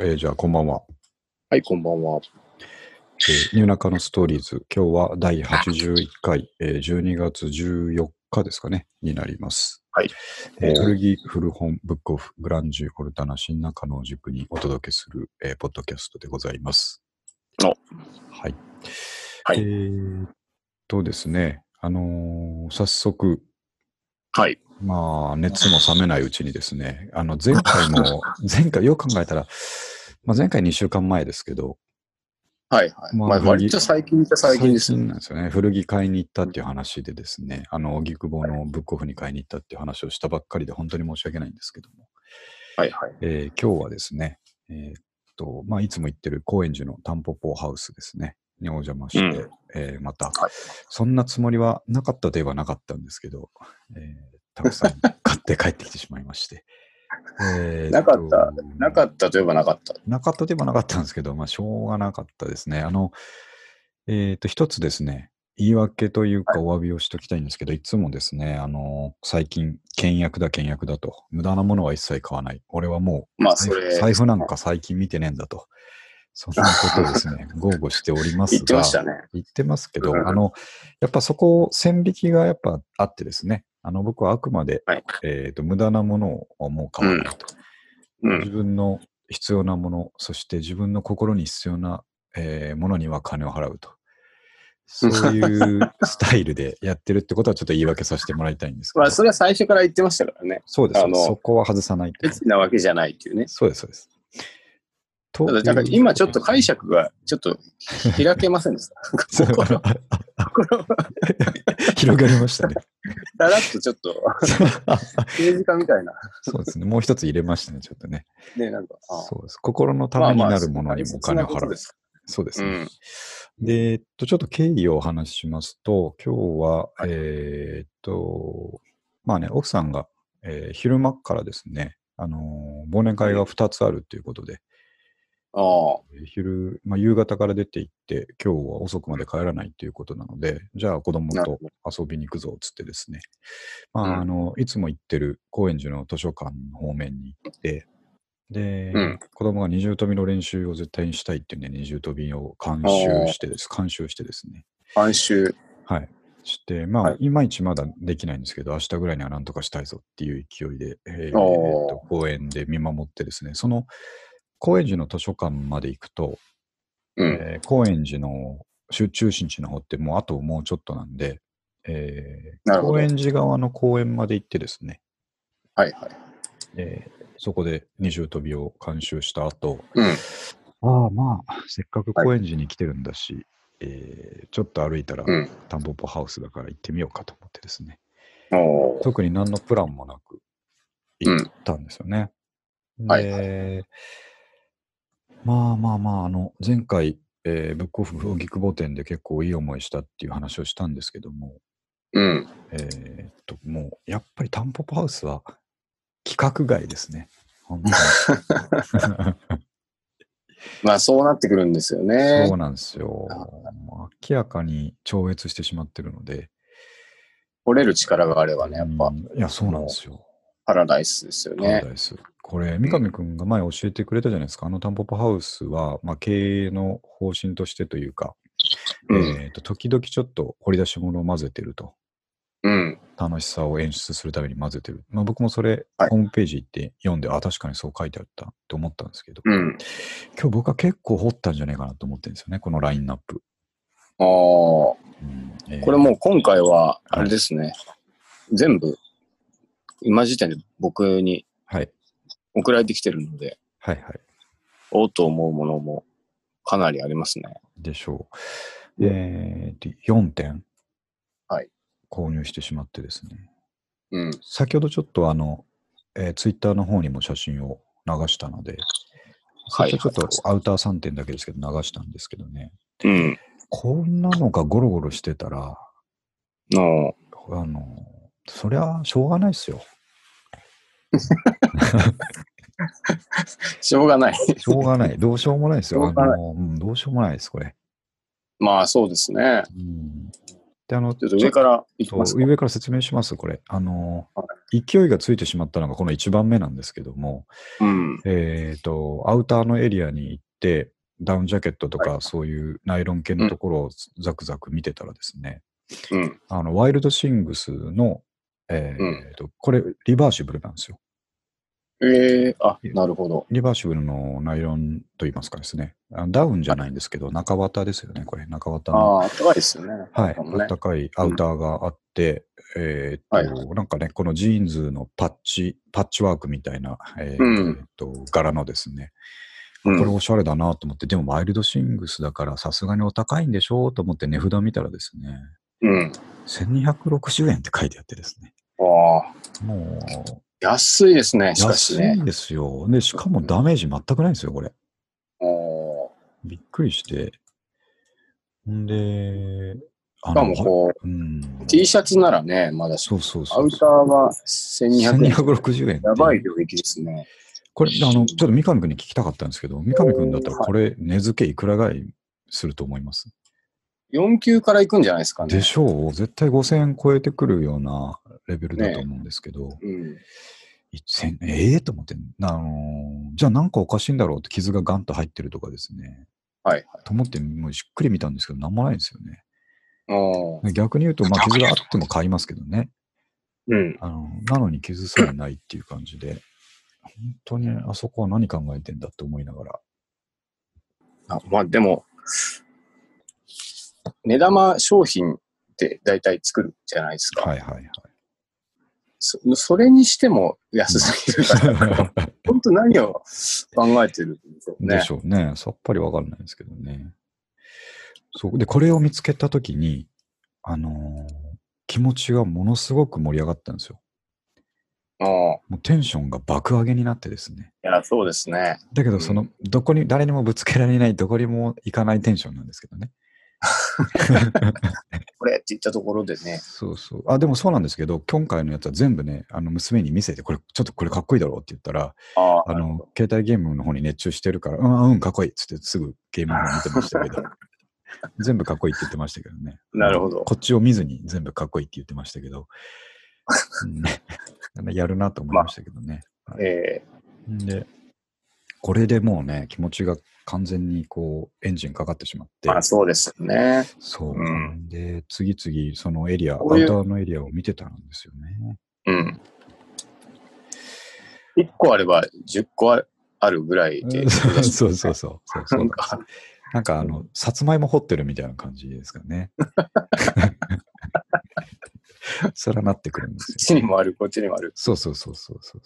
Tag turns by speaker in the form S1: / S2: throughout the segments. S1: ーじゃあ、こんばんは。
S2: はい、こんばんは。
S1: えー、ニューナカのストーリーズ、今日は第81回、えー、12月14日ですかね、になります。
S2: はい。
S1: え
S2: おー
S1: ー、剣古本ブックオフグランジュオルタナ新中野を塾にお届けする、えーポッドキャストでございます。
S2: お
S1: はい。
S2: はい
S1: えーっとですね、あのー早速、
S2: はい。
S1: まあ、熱も冷めないうちにですね、あの、前回 も、前回、よく考えたら、まあ、前回2週間前ですけど、
S2: はい、はい。
S1: まあ
S2: まあ、割と最近って最近です
S1: 最
S2: ね。
S1: なんですよね。古着買いに行ったっていう話でですね、あの、荻窪のブックオフに買いに行ったっていう話をしたばっかりで、本当に申し訳ないんですけども、
S2: はい、はい。
S1: えー今日はですね、えーっと、まあ、いつも行ってる高円寺のタンポポハウスですね、にお邪魔して、
S2: うん
S1: えーまた、
S2: はい
S1: そんなつもりはなかったといえばなかったんですけど、えーたくさん買って帰ってきてしまいまして。えーと
S2: なかったなかったといえばなかった。
S1: なかったといえばなかったんですけど、まあ、しょうがなかったですね。あの、えっ、と、一つですね、言い訳というかお詫びをしておきたいんですけど、い、つもですね、あの、最近、倹約だ、倹約だと、無駄なものは一切買わない。俺はも
S2: まあ、
S1: う財
S2: そ
S1: 布、
S2: れ、
S1: 財布なんか最近見てねえんだと。そんなことをです ね、豪語しておりますが。
S2: 言ってましたね。
S1: 言ってますけ
S2: う
S1: ど、
S2: ん
S1: あの、やっぱそこ、線引きがやっぱあってですね、あの、僕はあくまで、
S2: はい
S1: えっ、と、無駄なものをもう買わないと。
S2: う
S1: 自
S2: ん。
S1: 分の必要なもの、そして自分の心に必要な、えーものには金を払うと。そういうスタイルでやってるってことはちょっと言い訳させてもらいたいんですけ
S2: ま
S1: ど。
S2: あ、それは最初から言ってましたからね。
S1: そうです
S2: あの
S1: そこは外さないってこと
S2: 別なわけじゃないっていうね。
S1: そうです、そうです。と
S2: ただ、なんか今ちょっと解釈がちょっと開けませんでした。
S1: そう
S2: 心
S1: 広がりましたね。
S2: だらっとちょ っと、政治家みたいな。
S1: そうですね。もう一つ入れましたね、ちょっとね。
S2: ね、なんか。あ
S1: そうです。心のた
S2: ま
S1: め
S2: あ
S1: に
S2: まあ
S1: なるものにもお金を
S2: 大切な
S1: 払
S2: こと
S1: う
S2: で。す
S1: そうです
S2: う
S1: ね
S2: ん。
S1: で、えっと、ちょっと経緯をお話ししますと、今日は、
S2: はい
S1: えーっと、まあね、奥さんが、えー昼間からですね、あのー忘年会が2つあるということで、
S2: ああ。
S1: 昼、まあ、夕方から出て行って、今日は遅くまで帰らないということなので、じゃあ子供
S2: なる
S1: と
S2: ほど
S1: 遊びに行くぞ、つってですね。ま
S2: うん
S1: あ、あの、いつも行ってる高円寺の図書館の方面に行って、で、
S2: うん
S1: 子供が二重跳びの練習を絶対にしたいっていうんで、二重跳びを監修してです。監修してですね。
S2: 監修。
S1: はい。して、まあ、
S2: はい
S1: い、まいちまだできないんですけど、明日ぐらいにはなんとかしたいぞっていう勢いで、えーえー
S2: おー
S1: と公園で見守ってですね、その高円寺の図書館まで行くと、
S2: うん。
S1: えー高円寺の中中心地の方ってもうあともうちょっとなんで、えー
S2: なるほど
S1: 高円寺側の公園まで行ってですね、
S2: はいはい。
S1: えーそこで二重跳びを監修した後、
S2: うん。
S1: ああまあ、せっかく高円寺に来てるんだし、えーちょっと歩いたら
S2: うん。
S1: タンポポハウスだから行ってみようかと思ってですね、
S2: おー
S1: 特に何のプランもなく
S2: うん
S1: 行ったんですよね。
S2: はい
S1: で、まあまあまあ、あの、前回、えーブックオフ荻窪店で結構いい思いしたっていう話をしたんですけども、
S2: うん。
S1: えーっと、もう、やっぱりタンポポハウスは規格外ですね。本 当に
S2: まあ、そうなってくるんですよね
S1: そう。なんですよ。もう明らかに超越してしまってるので。
S2: 掘れる力があればね、やっぱ
S1: うんいや、そうなんですよ。
S2: パラダイスですよ
S1: パラ
S2: ね。
S1: ダイス。これ、三上君が前教えてくれたじゃないですか。あのタンポポハウスは、まあ、経営の方針としてというか、
S2: うん。
S1: えーと時々ちょっと掘り出し物を混ぜてると。
S2: うん。
S1: 楽しさを演出するために混ぜてる。まあ、僕もそれ、
S2: はい
S1: ホームページ行って読んで、あ、確かにそう書いてあったと思ったんですけど、
S2: うん。
S1: 今日僕は結構掘ったんじゃないかなと思ってるんですよね、このラインナップ。
S2: ああ。
S1: うんえー
S2: これもう今回は、あれですね、全部、今時点で僕に
S1: はい。
S2: 送られてきてるので、
S1: はいはい。
S2: おうと思うものもかなりありますね。
S1: でしょう。えーと、4点、
S2: はい
S1: 購入してしまってですね。
S2: うん。
S1: 先ほどちょっとあの、えツイッター Twitter の方にも写真を流したので、
S2: はい
S1: 先ほどちょっとアウター3点だけですけど流したんですけどね、
S2: うん。
S1: こんなのがゴロゴロしてたら、
S2: の、
S1: あの、そりゃしょうがないです よ。
S2: しょうがない。
S1: しょうがない。どうしようもないですよ。
S2: しょ
S1: あ
S2: うがな
S1: の、うん、どうしようもないです、これ。
S2: まあそうですね。
S1: うん。で、あの、
S2: ちょっと上からいき
S1: そう
S2: ますか。
S1: 上から説明します、これ。あの、
S2: はい
S1: 勢いがついてしまったのがこの1番目なんですけども、
S2: うん。
S1: えっ、と、アウターのエリアに行って、ダウンジャケットとかそういうナイロン系のところをザクザク見てたらですね、
S2: うん。
S1: あの、ワイルドシングスの、えっ、と、これ、リバーシブルなんですよ。
S2: ええあ、なるほど。
S1: リバーシブルのナイロンといいますかですね、あのダウンじゃないんですけど、中綿ですよね、これ、中綿の。
S2: ああ、高いですよね。
S1: はい、
S2: も
S1: あ
S2: ね
S1: ったかいアウターがあって、えーっと、
S2: はいは
S1: なんかね、このジーンズのパッチ、パッチワークみたいな、えー
S2: うん
S1: えーっと、柄のですね、
S2: う
S1: これ
S2: ん。
S1: おしゃれだなと思って、でもワイルドシングスだからさすがにお高いんでしょうと思って値札見たらですね、
S2: うん。
S1: 1260円って書いてあってですね、
S2: わあ、
S1: もう、
S2: 安いですね、しかし
S1: 安い
S2: ね。
S1: んですよ。で、しかもダメージ全くないんですよ、これ。
S2: お
S1: びっくりして。んで、あ
S2: しかもこ
S1: う、ん
S2: う、、T シャツならね、まだし
S1: そうそうそう。
S2: アウターは1200円。
S1: 1260円って。
S2: やばい領域ですね。
S1: これ、あの、ちょっと三上君に聞きたかったんですけど、三上君だったらこれ、値付けいくらぐらいすると思います
S2: 4級から行くんじゃないですかね。
S1: でしょう絶対5000円超えてくるようなレベルだと思うんですけど、
S2: うん。
S1: 1000ええと思って、あのーじゃあなんかおかしいんだろうって傷がガンと入ってるとかですね。
S2: はい。
S1: と思って、もうじっくり見たんですけど、なんもないんですよね。
S2: おー
S1: で逆に言うと、まあ傷があっても買いますけどね。
S2: うん。
S1: あのなのに傷さえないっていう感じで、本当にあそこは何考えてんだって思いながら。
S2: あまあでも、目玉商品って大体作るじゃないですか。
S1: はいはいはい。
S2: そそれにしても安 すぎる から、本当何を考えてるんでしょうね
S1: で。しょうね。さっぱりわかんないですけどね。そう。で、これを見つけたときに、あのー気持ちがものすごく盛り上がったんですよ。
S2: うん
S1: もうテンションが爆上げになってですね。
S2: いや、そうですね。
S1: だけ
S2: う
S1: ど、
S2: ん
S1: その、どこに、誰にもぶつけられない、どこにも行かないテンションなんですけどね。
S2: これって言ったところでね。
S1: そうそう。あ、でもそうなんですけど、今回のやつは全部ね、あの、娘に見せて、これ、ちょっとこれかっこいいだろうって言ったら、
S2: あ
S1: あの、携帯ゲームの方に熱中してるから、うん、うん、かっこいいっつってすぐゲームの方見てましたけど、 全部かっこいいって言ってましたけどね。
S2: なるほど
S1: こっちを見ずに全部かっこいいって言ってましたけ ど、うんやるなと思いましたけどね。
S2: え
S1: で、これでもうね、気持ちが完全にこう、エンジンかかってしまって、
S2: ーまあそうですよね。
S1: そう。
S2: うん
S1: で、次々そのエリア、ア
S2: こういう
S1: ウターのエリアを見てたんですよね。
S2: うん。1個あれば10個ああるぐらいで。
S1: そうそうそうそう。そうそう
S2: なんか、
S1: なんかあの、さつまいも掘ってるみたいな感じですか ね。そらなってくるんで
S2: こっ
S1: す
S2: ち
S1: よ。
S2: にもある、こっちにもある。
S1: そうそうそうそうそう。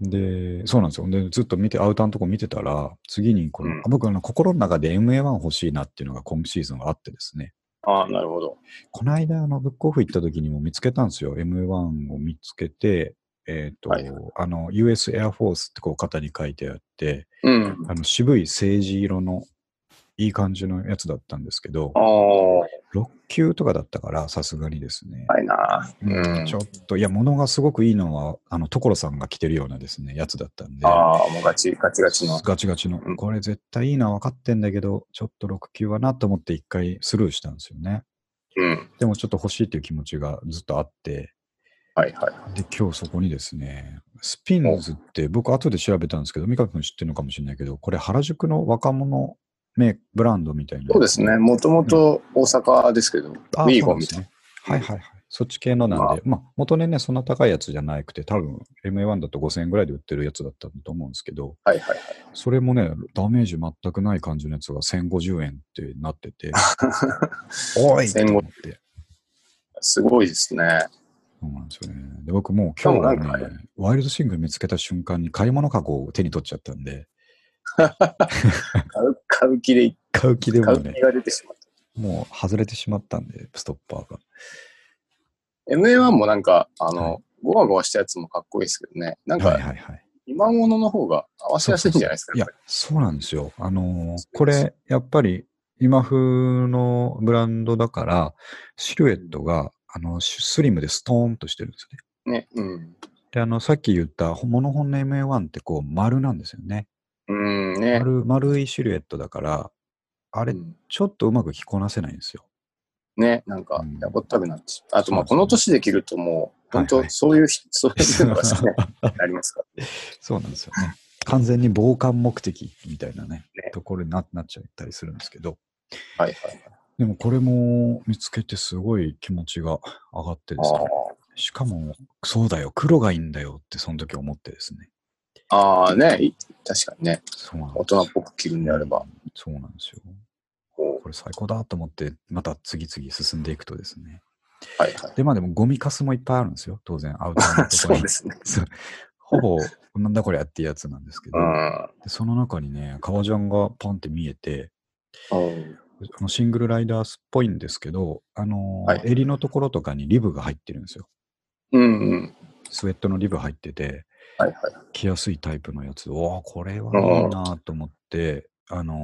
S1: で、そうなんですよ。で、ずっと見て、アウターのとこ見てたら、次にこの、
S2: うん
S1: 僕あの心の中で MA1 欲しいなっていうのが今シーズンはあってですね。
S2: ああ、なるほど。
S1: この間、あの、ブックオフ行った時にも見つけたんですよ。M1 を見つけて、えっ、と、
S2: はい
S1: あの、US Air Force ってこう肩に書いてあって、
S2: うん。
S1: あの、渋い政治色のいい感じのやつだったんですけど
S2: あ、あ、
S1: 6級とかだったから、さすがにですね。
S2: ないな。
S1: うんちょっと、いや、物がすごくいいのは、あの、所さんが着てるようなですね、やつだったんで。
S2: ああ、もうガチ、ガチガチの。
S1: ガチガチの
S2: うん。
S1: これ絶対いいのは分かってんだけど、ちょっと6級はなと思って一回スルーしたんですよね。
S2: うん。
S1: でもちょっと欲しいという気持ちがずっとあって、
S2: はいはい。
S1: で、今日そこにですね、スピンズって、僕後で調べたんですけど、三上君知ってるのかもしれないけど、これ原宿の若者メイクブランドみたいな。
S2: そうですね。もともと大阪ですけど、ウ
S1: あ。
S2: ィー
S1: そうな
S2: ゴ
S1: んで
S2: ンみ
S1: す
S2: たいな。
S1: ね。はいはいはい。そっち系のなんで、まあ、元ねね、そんな高いやつじゃなくて、多分 MA1 だと5000円ぐらいで売ってるやつだったと思うんですけど、
S2: はいはい
S1: それもね、ダメージ全くない感じのやつが1050円ってなって て、
S2: はい。
S1: おいと思って。
S2: すごいですね。
S1: そうなんですよね。で、僕もう今日は
S2: しかもなんか
S1: ね、ワイルドシングル見つけた瞬間に買い物カゴを手に取っちゃったんで、
S2: 買う、買う気で、
S1: 買う気で
S2: 買
S1: も
S2: う
S1: ね
S2: 気、が出てしまっ
S1: もう外れてしまったんで、ストッパーが。
S2: た。MA1 もなんか、あの、
S1: は
S2: ゴワゴワしたやつもかっこいいですけどね。なん
S1: はい
S2: か、
S1: はいはい。
S2: 今物の方が合わせやすいんじゃないですか。
S1: いや、そうなんですよ。あのーこれ、やっぱり今風のブランのブランドだから、シルエットが、あの、スリムでストーンとしてるんですよね。
S2: ね。うん。
S1: で、あの、さっき言った、モノホンの MA1 ってこう、丸なんですよね。
S2: うんね。
S1: 丸、丸いシルエットだから、あ
S2: う
S1: れ、
S2: ん
S1: ちょっとうまく着こなせないんですよ。
S2: ね、なんか
S1: うん、
S2: やぼったくなってしまうあと、まあ、
S1: そ
S2: こ
S1: うですね
S2: の年で着るともう、本当、
S1: はいはい
S2: そういうひ、 そういうのが好きな人ってありますか
S1: そうなんですよね。完全に傍観目的みたいなね、
S2: ね
S1: ところにななっちゃったりするんですけど、
S2: らはいはい。
S1: でもこれも見つけてすごい気持ちが上がってですね、しかも、そうだよ、黒がいいんだよってその時思ってですね。
S2: ああああ、ね、い確かにね、
S1: そうなんです
S2: 大人っぽく着るんであれば。。
S1: そうなんですよ。
S2: こ
S1: これ最高だと思って、また次々進んでいくとですね。
S2: うはいはい。
S1: で、まあでもゴミカスもいっぱいあるんですよ、当然、アウターのとこ
S2: そ
S1: ろ
S2: う
S1: に
S2: で。すね。
S1: そうほぼ、なんだこれやっていうやつなんですけど、
S2: うん。
S1: でその中にね、革ジャンがパンって見えて、
S2: うん
S1: あのシングルライダースっぽいんですけど、あのー
S2: はい
S1: 襟のところとかにリブが入ってるんですよ。
S2: うんうん。
S1: スウェットのリブ入ってて、
S2: はいはい。
S1: 着やすいタイプのやつ、おーこれはいいなと思って、あの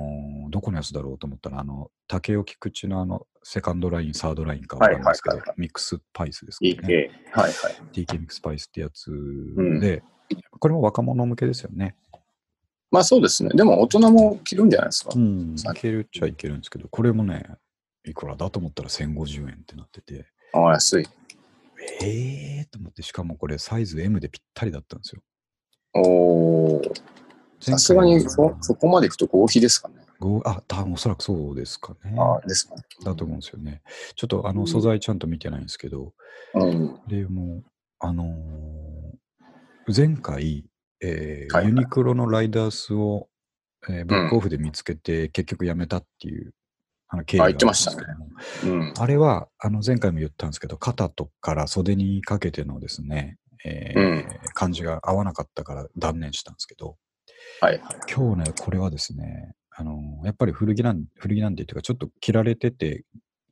S1: ーどこのやつだろうと思ったら、あの、竹置菊池のあの、セカンドライン、サードラインかわかんないですけど、
S2: はいはいはい
S1: ミックスパイスですか
S2: いい
S1: ね。
S2: 系。はいはい。
S1: DK ミックスパイスってやつ
S2: ん
S1: で、これも若者向けですよね。
S2: まあそうですね。でも大人も着るんじゃないですか。
S1: うん。
S2: さ
S1: いけるっちゃいけるんですけど、これもね、いくらだと思ったら1050円ってなってて、
S2: ああ、安い。
S1: えーと思って、しかもこれサイズ M でぴったりだったんですよ。
S2: おーさすがにそそこまで行くと合否ですかね。
S1: ごあ、多分おそらくそうですかね。
S2: ああ、ですかね。
S1: だと思うんですよね。ちょっとあ
S2: う
S1: の
S2: ん
S1: 素材ちゃんと見てないんですけど、
S2: うん。
S1: でもう、あのー前回、えー
S2: はいは
S1: ユ
S2: い
S1: ニクロのライダースを、えーブックオフで見つけて、結局やめたっていう、あの経緯が
S2: あ言ってましたね
S1: あるんですけども
S2: うん。
S1: あれは、あの前回も言ったんですけど、肩とから袖にかけてのですね、えー
S2: うん
S1: 感じが合わなかったから断念したんですけど、
S2: はいはい。
S1: 今日ね、これはですね、あのやっぱり古着なん古着なんでというか、ちょっと着られてて、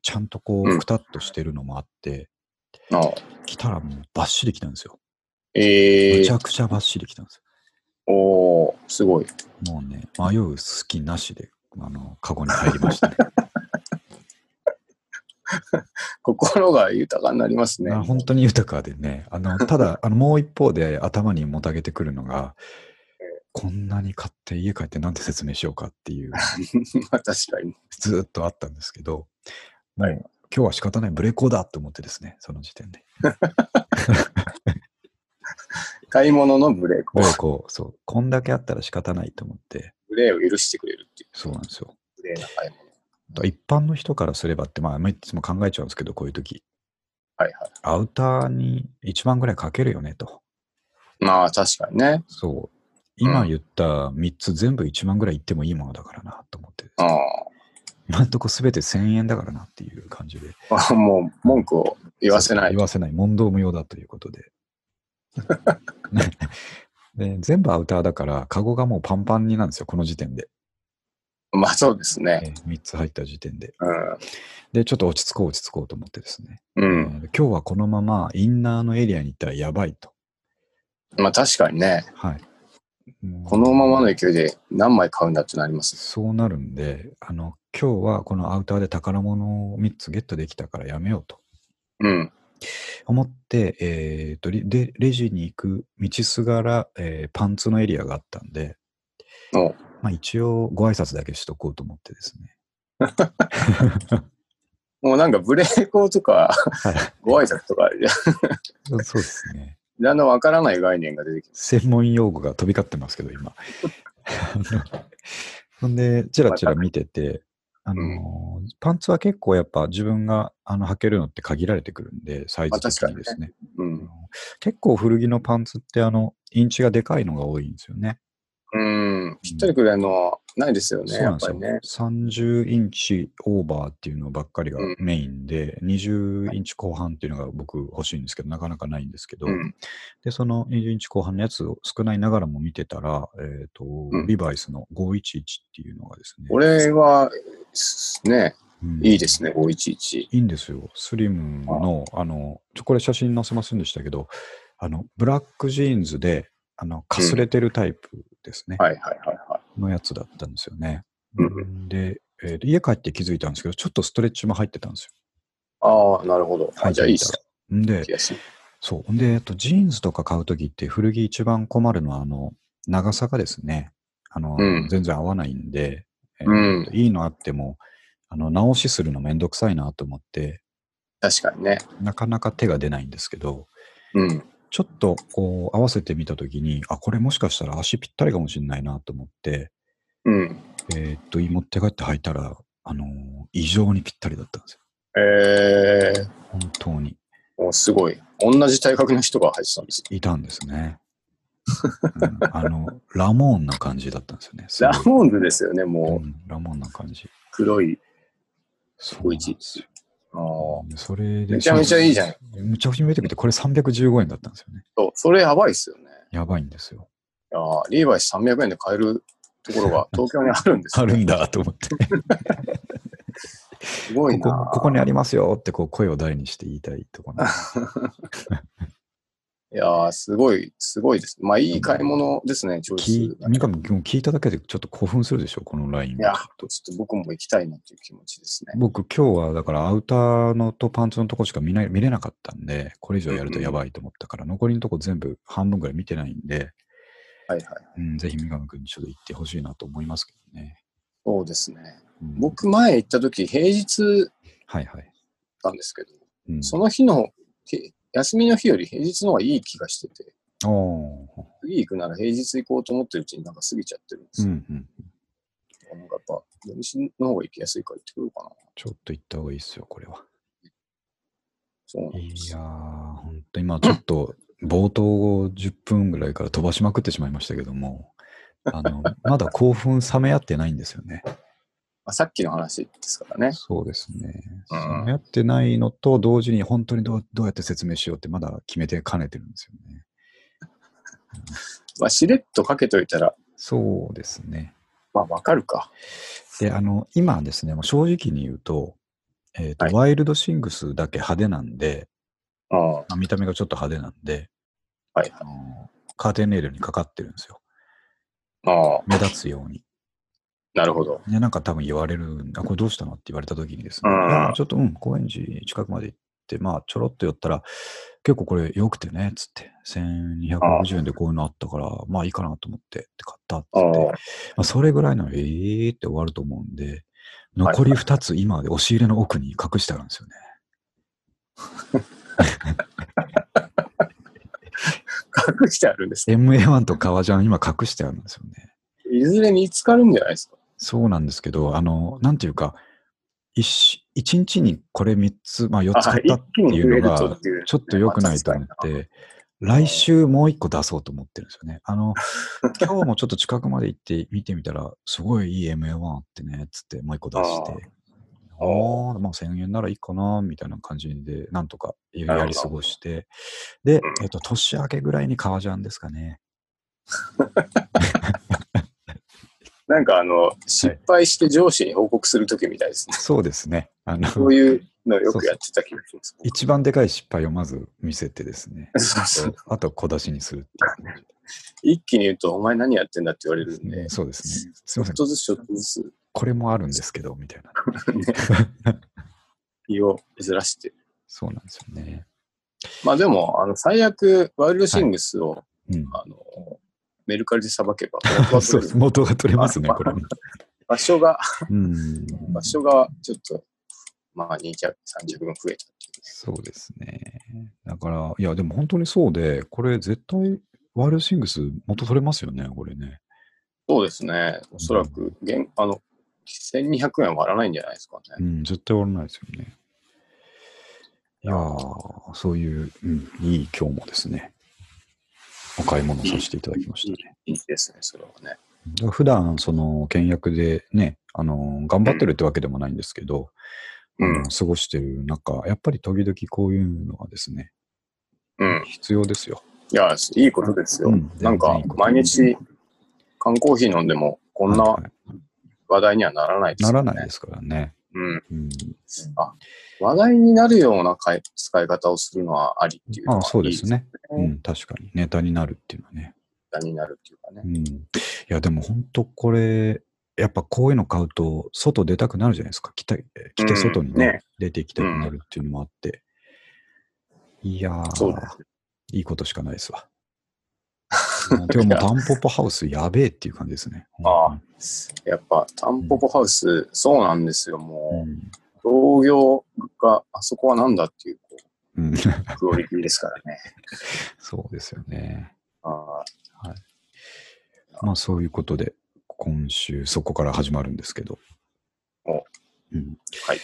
S1: ちゃんとこ
S2: う
S1: う、
S2: ん
S1: くたっとしてるのもあって、
S2: ああ
S1: 着たらもうバッシリ着たんですよ。
S2: え
S1: めち
S2: ー
S1: ゃ、くちゃバッシリ着たんです
S2: おーすごい。
S1: よ。もうね、迷う隙なしで、あの、カゴに入りましたね。
S2: 心が豊かになりますね。
S1: あ本当に豊かでね、あ の、ただ、あの、もう一方で頭にもたげてくるのが、こんなに買って家帰ってなんて説明しようかっていう、
S2: まあ確かに。
S1: ずーっとあったんですけど、もう、
S2: はい
S1: 今日は仕方ないブレコーだと思ってですね、その時点で。
S2: 買い物のブレーク
S1: もうこう、そう、こんだけあったら仕方ないと思って、
S2: ブレーを許してくれるっていう。
S1: そうなんですよ。
S2: ブレーな買い物。
S1: だから一般の人からすればって、まあ、いつも考えちゃうんですけど、こういう時
S2: はいは
S1: アウターに1万ぐらいかけるよねと。
S2: い。まあ確かにね。
S1: そう。
S2: うん
S1: 今言った3つ全部1万ぐらいいってもいいものだからなと思って、
S2: あ
S1: 今んとこ全て1000円だからなっていう感じで。
S2: あ。 もう文句を言わせない
S1: 言。わせない。問答無用だということ で。ねで全部アウターだから、カゴがもうパンパンになんですよ、この時点で。
S2: まあそうですね。
S1: 3つ入った時点で。
S2: うん。
S1: で、ちょっと落ち着こう、落ち着こうと思ってですね。
S2: うん。
S1: えー今日はこのままインナーのエリアに行ったらやばいと。
S2: まあ確かにね。
S1: はい。
S2: このままの勢いで何枚買うんだってなります。
S1: そうなるんで、あの、今日はこのアウターで宝物を3つゲットできたからやめようと
S2: うん。
S1: 思って、えーと、リで、レジに行く道すがら、えーパンツのエリアがあったんで、
S2: お
S1: まあ一応ご挨拶だけしとこうと思ってですね。
S2: もうなんかブレーコーとか、
S1: はい。
S2: ご挨拶とか、
S1: そうそうですね。
S2: だんだんわからない概念が出てきて。
S1: 専門用語が飛び交ってますけど、今。 あのほんで、ちらちら見てて、あのーパンツは結構やっぱ自分があの履けるのって限られてくるんで、サイズ的にですね。
S2: う
S1: あ
S2: ん。
S1: の結構古着のパンツってあの、インチがでかいのが多いんですよね。
S2: うん。ぴったりくらいの、ないですよね。
S1: そうな
S2: や
S1: ん
S2: っ
S1: です
S2: ぱ
S1: よ。
S2: りね。
S1: 30インチオーバーっていうのばっかりが
S2: うん
S1: メインで、20インチ後半っていうのが僕欲しいんですけど、なかなかないんですけど、
S2: うん。
S1: で、その20インチ後半のやつを少ないながらも見てたら、えっ、と、
S2: ん
S1: リバイスの511っていうのがですね。
S2: これは、すね、
S1: うん
S2: いいですね、511。
S1: いいんですよ。スリムの、あの、ちょ、これ写真載せませんでしたけど、あの、ブラックジーンズで、あの、かすれてるタイプですね、
S2: はいはいはいはい。
S1: のやつだったんですよね。
S2: うん
S1: で、えーと家帰って気づいたんですけど、ちょっとストレッチも入ってたんです
S2: ああ、なるほど。
S1: は
S2: あ
S1: い
S2: じゃあいいっすね。
S1: よ。んで
S2: 着、やすい。
S1: そう。んで、えっと、ジーンズとか買うときって、古着一番困るのは、あの、長さがですね、あの、
S2: うん
S1: 全然合わないんで、えー
S2: うん
S1: いいのあっても、あの、直しするのめんどくさいなと思って、
S2: 確かにね。
S1: なかなか手が出ないんですけど、
S2: うん。
S1: ちょっとこう合わせてみたときに、あ、これもしかしたら足ぴったりかもしれないなと思って、
S2: うん。
S1: えーっと、持って帰って履いたら、あのー異常にぴったりだったんですよ。
S2: えー、
S1: 本当に。
S2: もうすごい。同じ体格の人が入ってたんです。
S1: いたんですね。うんあの、ラモーンな感じだったんですよね。すごい
S2: ラモーンズですよね、も
S1: う
S2: う。
S1: んラモーンな感じ。
S2: 黒い。
S1: そう
S2: こ
S1: ないん
S2: ち
S1: ですよ。
S2: あー
S1: うんそれで。
S2: めちゃめちゃいいじゃん。
S1: ん。むちゃくちゃ見てくて、これ315円だったんですよね。
S2: そう、それやばいっすよね。
S1: やばいんですよ。
S2: いやーリーバイス300円で買えるところ が東京にあるんです
S1: あ
S2: よ
S1: るんだと思って。
S2: すごい
S1: こ
S2: な
S1: こここにありますよってこう声を大にして言いたいところ。
S2: いやーすごい、すごいです。まあ、いい買い物ですね、チョ
S1: 聞
S2: イ
S1: い
S2: スが。い
S1: 三上君聞いただけでちょっと興奮するでしょ、このライン
S2: や
S1: は。
S2: ーちょっと僕も行きたいなという気持ちですね。
S1: 僕今日はだからアウターのとパンツのとこしか見ない見れなかったんで、これ以上やるとやばいと思ったから、残りのとこ全部半分ぐらい見てないんで、
S2: はいはい。
S1: うん、ぜひ三上君にちょっと行ってほしいなと思いますけどね。
S2: そうですね。
S1: うん、
S2: 僕、前行った時、平日
S1: はいはい。
S2: なんですけど、
S1: うん、
S2: その日の、へ休みの日より平日の方がいい気がしてて、
S1: おー
S2: 次行くなら平日行こうと思ってるうちになんか過ぎちゃってるんで
S1: う
S2: す
S1: ん
S2: よ。
S1: うん。
S2: なんかやっぱ、土日の方が行きやすいから行ってくるかな。
S1: ちょっと行った方がいいですよ、これは。
S2: そうなん
S1: い
S2: です
S1: やー、ほんと今ちょっと冒頭10分ぐらいから飛ばしまくってしまいましたけど も、あの、まだ興奮冷め合ってないんですよね。
S2: まあ、さっきの話ですからね。
S1: そうですね。
S2: うん
S1: 冷め合ってないのと同時に本当にどうどうやって説明しようってまだ決めて兼ねてるんですよね。
S2: まあ、しれっとかけといたら、
S1: そうですね。
S2: まあ、わかるか。
S1: で、あの、今ですね、もう正直に言うと、えーと
S2: はい
S1: ワイルドシングスだけ派手なんで、
S2: うん。はい
S1: まあ見た目がちょっと派手なんで、
S2: はい。
S1: あのカーテンレールにかかってるんですよ。
S2: ああ、
S1: 目立つように。
S2: なるほど。
S1: ね、なんか多分言われる、あ、これどうしたのって言われた時にですね、
S2: うん
S1: いやちょっと、うん、高円寺近くまで行って、まあ、ちょろっと寄ったら、結構これ良くてね、つって、1250円でこういうのあったから、まあいいかなと思って、って買ったっつ
S2: あ
S1: って、ま。
S2: あ
S1: あ、それぐらいの、えーって終わると思うんで、残り2つ、今まで押し入れの奥に隠してあるんですよね。
S2: 隠してあるんですか
S1: MA1 と革ジャン、今隠してあるんですよね。
S2: いずれ見つかるんじゃないですか
S1: そうなんですけど、あの、なんていうか、一一日にこれ3つ、まあ4つ買ったっていうの
S2: あ一気に増えると
S1: が
S2: っていう、
S1: ちょっと良くないと思っ
S2: まあ確か
S1: て、来週もう1個出そうと思ってるんですよね。あ の、今日もちょっと近くまで行って見てみたら、すごいいい MA1 あってね、つってもう1個出して、ああ
S2: あー
S1: ー、まあ1000円ならいいかな、みたいな感じで、なんとか
S2: なるほど
S1: やり過ごして、で
S2: う、ん
S1: えっと、年明けぐらいに革ジャンですかね。
S2: なんかあの、失敗して上司に報告するときみたいですね。
S1: そうですね。あの、
S2: そういうのよくやってた気がします。
S1: 一番でかい失敗をまず見せてですね。
S2: そうそう
S1: あと小出しにするっていう感
S2: 一気に言うと、お前何やってんだって言われるん
S1: じで
S2: で、
S1: そうですね。す
S2: ち
S1: い
S2: ょ
S1: ませ
S2: っ
S1: ん、
S2: とずつちょっとずつ
S1: これもあるんですけど、みたいな。
S2: 気をずらして。
S1: そうなんですよね。
S2: まあでも、あの、最悪、ワイルドシングスを、
S1: うん。
S2: あの、メルカリでさ ばけば、元が
S1: そうで
S2: 取れ
S1: す。
S2: る
S1: 元が取れますね、これね。
S2: 場所が、
S1: うん。
S2: 場所がちょっと、まあ2着、3着分増えたっていう。
S1: そうですね。だから、いや、でも本当にそうで、これ絶対、ワイルドシングス元取れますよね、これね。
S2: そうですね。おそらく、現あの、1200円割らないんじゃないですか
S1: う
S2: ね。
S1: ん、絶対終わらないですよね。いやー、そういう、うん、いい今日もですね、お買い物させていただきましたね。
S2: いいですね、それはね。
S1: だから普段その倹約でね、あの頑張ってるってわけでもないんですけど、
S2: うん
S1: あの過ごしてる中、やっぱり時々こういうのはですね、
S2: うん。
S1: 必要ですよ。
S2: いや、いいことですよ。
S1: うん
S2: なんか、毎日、缶コーヒー飲んでも、こんな
S1: はい
S2: 話題にはならないです
S1: な
S2: よね。
S1: らないですからね。
S2: うん。
S1: うん、
S2: 話題になるような買い使い方をするのはありっていうのは
S1: あそうです。ね
S2: いいですね
S1: うん。確かにネタになるっていうのはね。
S2: 話題になるっていうかね
S1: う。ん、いや、でも本当これ、やっぱこういうの買うと、外出たくなるじゃないですか。来た来て外にね,、
S2: うんね
S1: 出て行きたくなるっていうのもあって。いやー、
S2: そうです。
S1: いいことしかないですわ。うんでももうタンポポハウスやべえっていう感じですね。
S2: あやっぱ、タンポポハウス、そうなんですよ。
S1: う
S2: も
S1: ん
S2: う、同業があそこはなんだっていう、こう
S1: うん、
S2: クオリティですからね。
S1: そうですよね。
S2: あ
S1: まあそういうことで、今週そこから始まるんですけど。
S2: お
S1: うん
S2: はい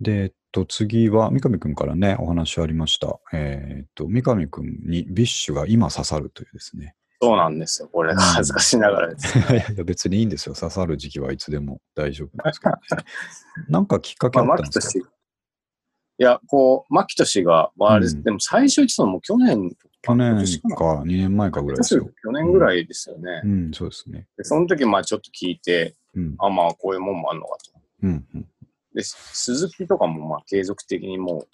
S1: で、えっと、次は三上くんからね、お話ありました。えーっと、三上くんにビッシュが今刺さるというですね。
S2: そうなんですよ。これが恥ずかしながらです。
S1: いやいや、別にいいんですよ。刺さる時期はいつでも大丈夫なんですけどね。 なんかきっかけあ
S2: まあ、
S1: った
S2: 牧
S1: んですか、
S2: 俊。いや、こう、牧俊が、まあ、あれ、
S1: うん
S2: でも最初言ってたのも去年、
S1: 去年
S2: 今年
S1: か2年前かぐらいですよ。
S2: 去年ぐらいですよね。
S1: うん、そうですね。
S2: でその時、まあ、ちょっと聞いて、
S1: うん、
S2: あ、まあ、こういうもんもあんのかと。
S1: うん、うん。
S2: で、鈴木とかも、まあ、継続的にもう、ずっ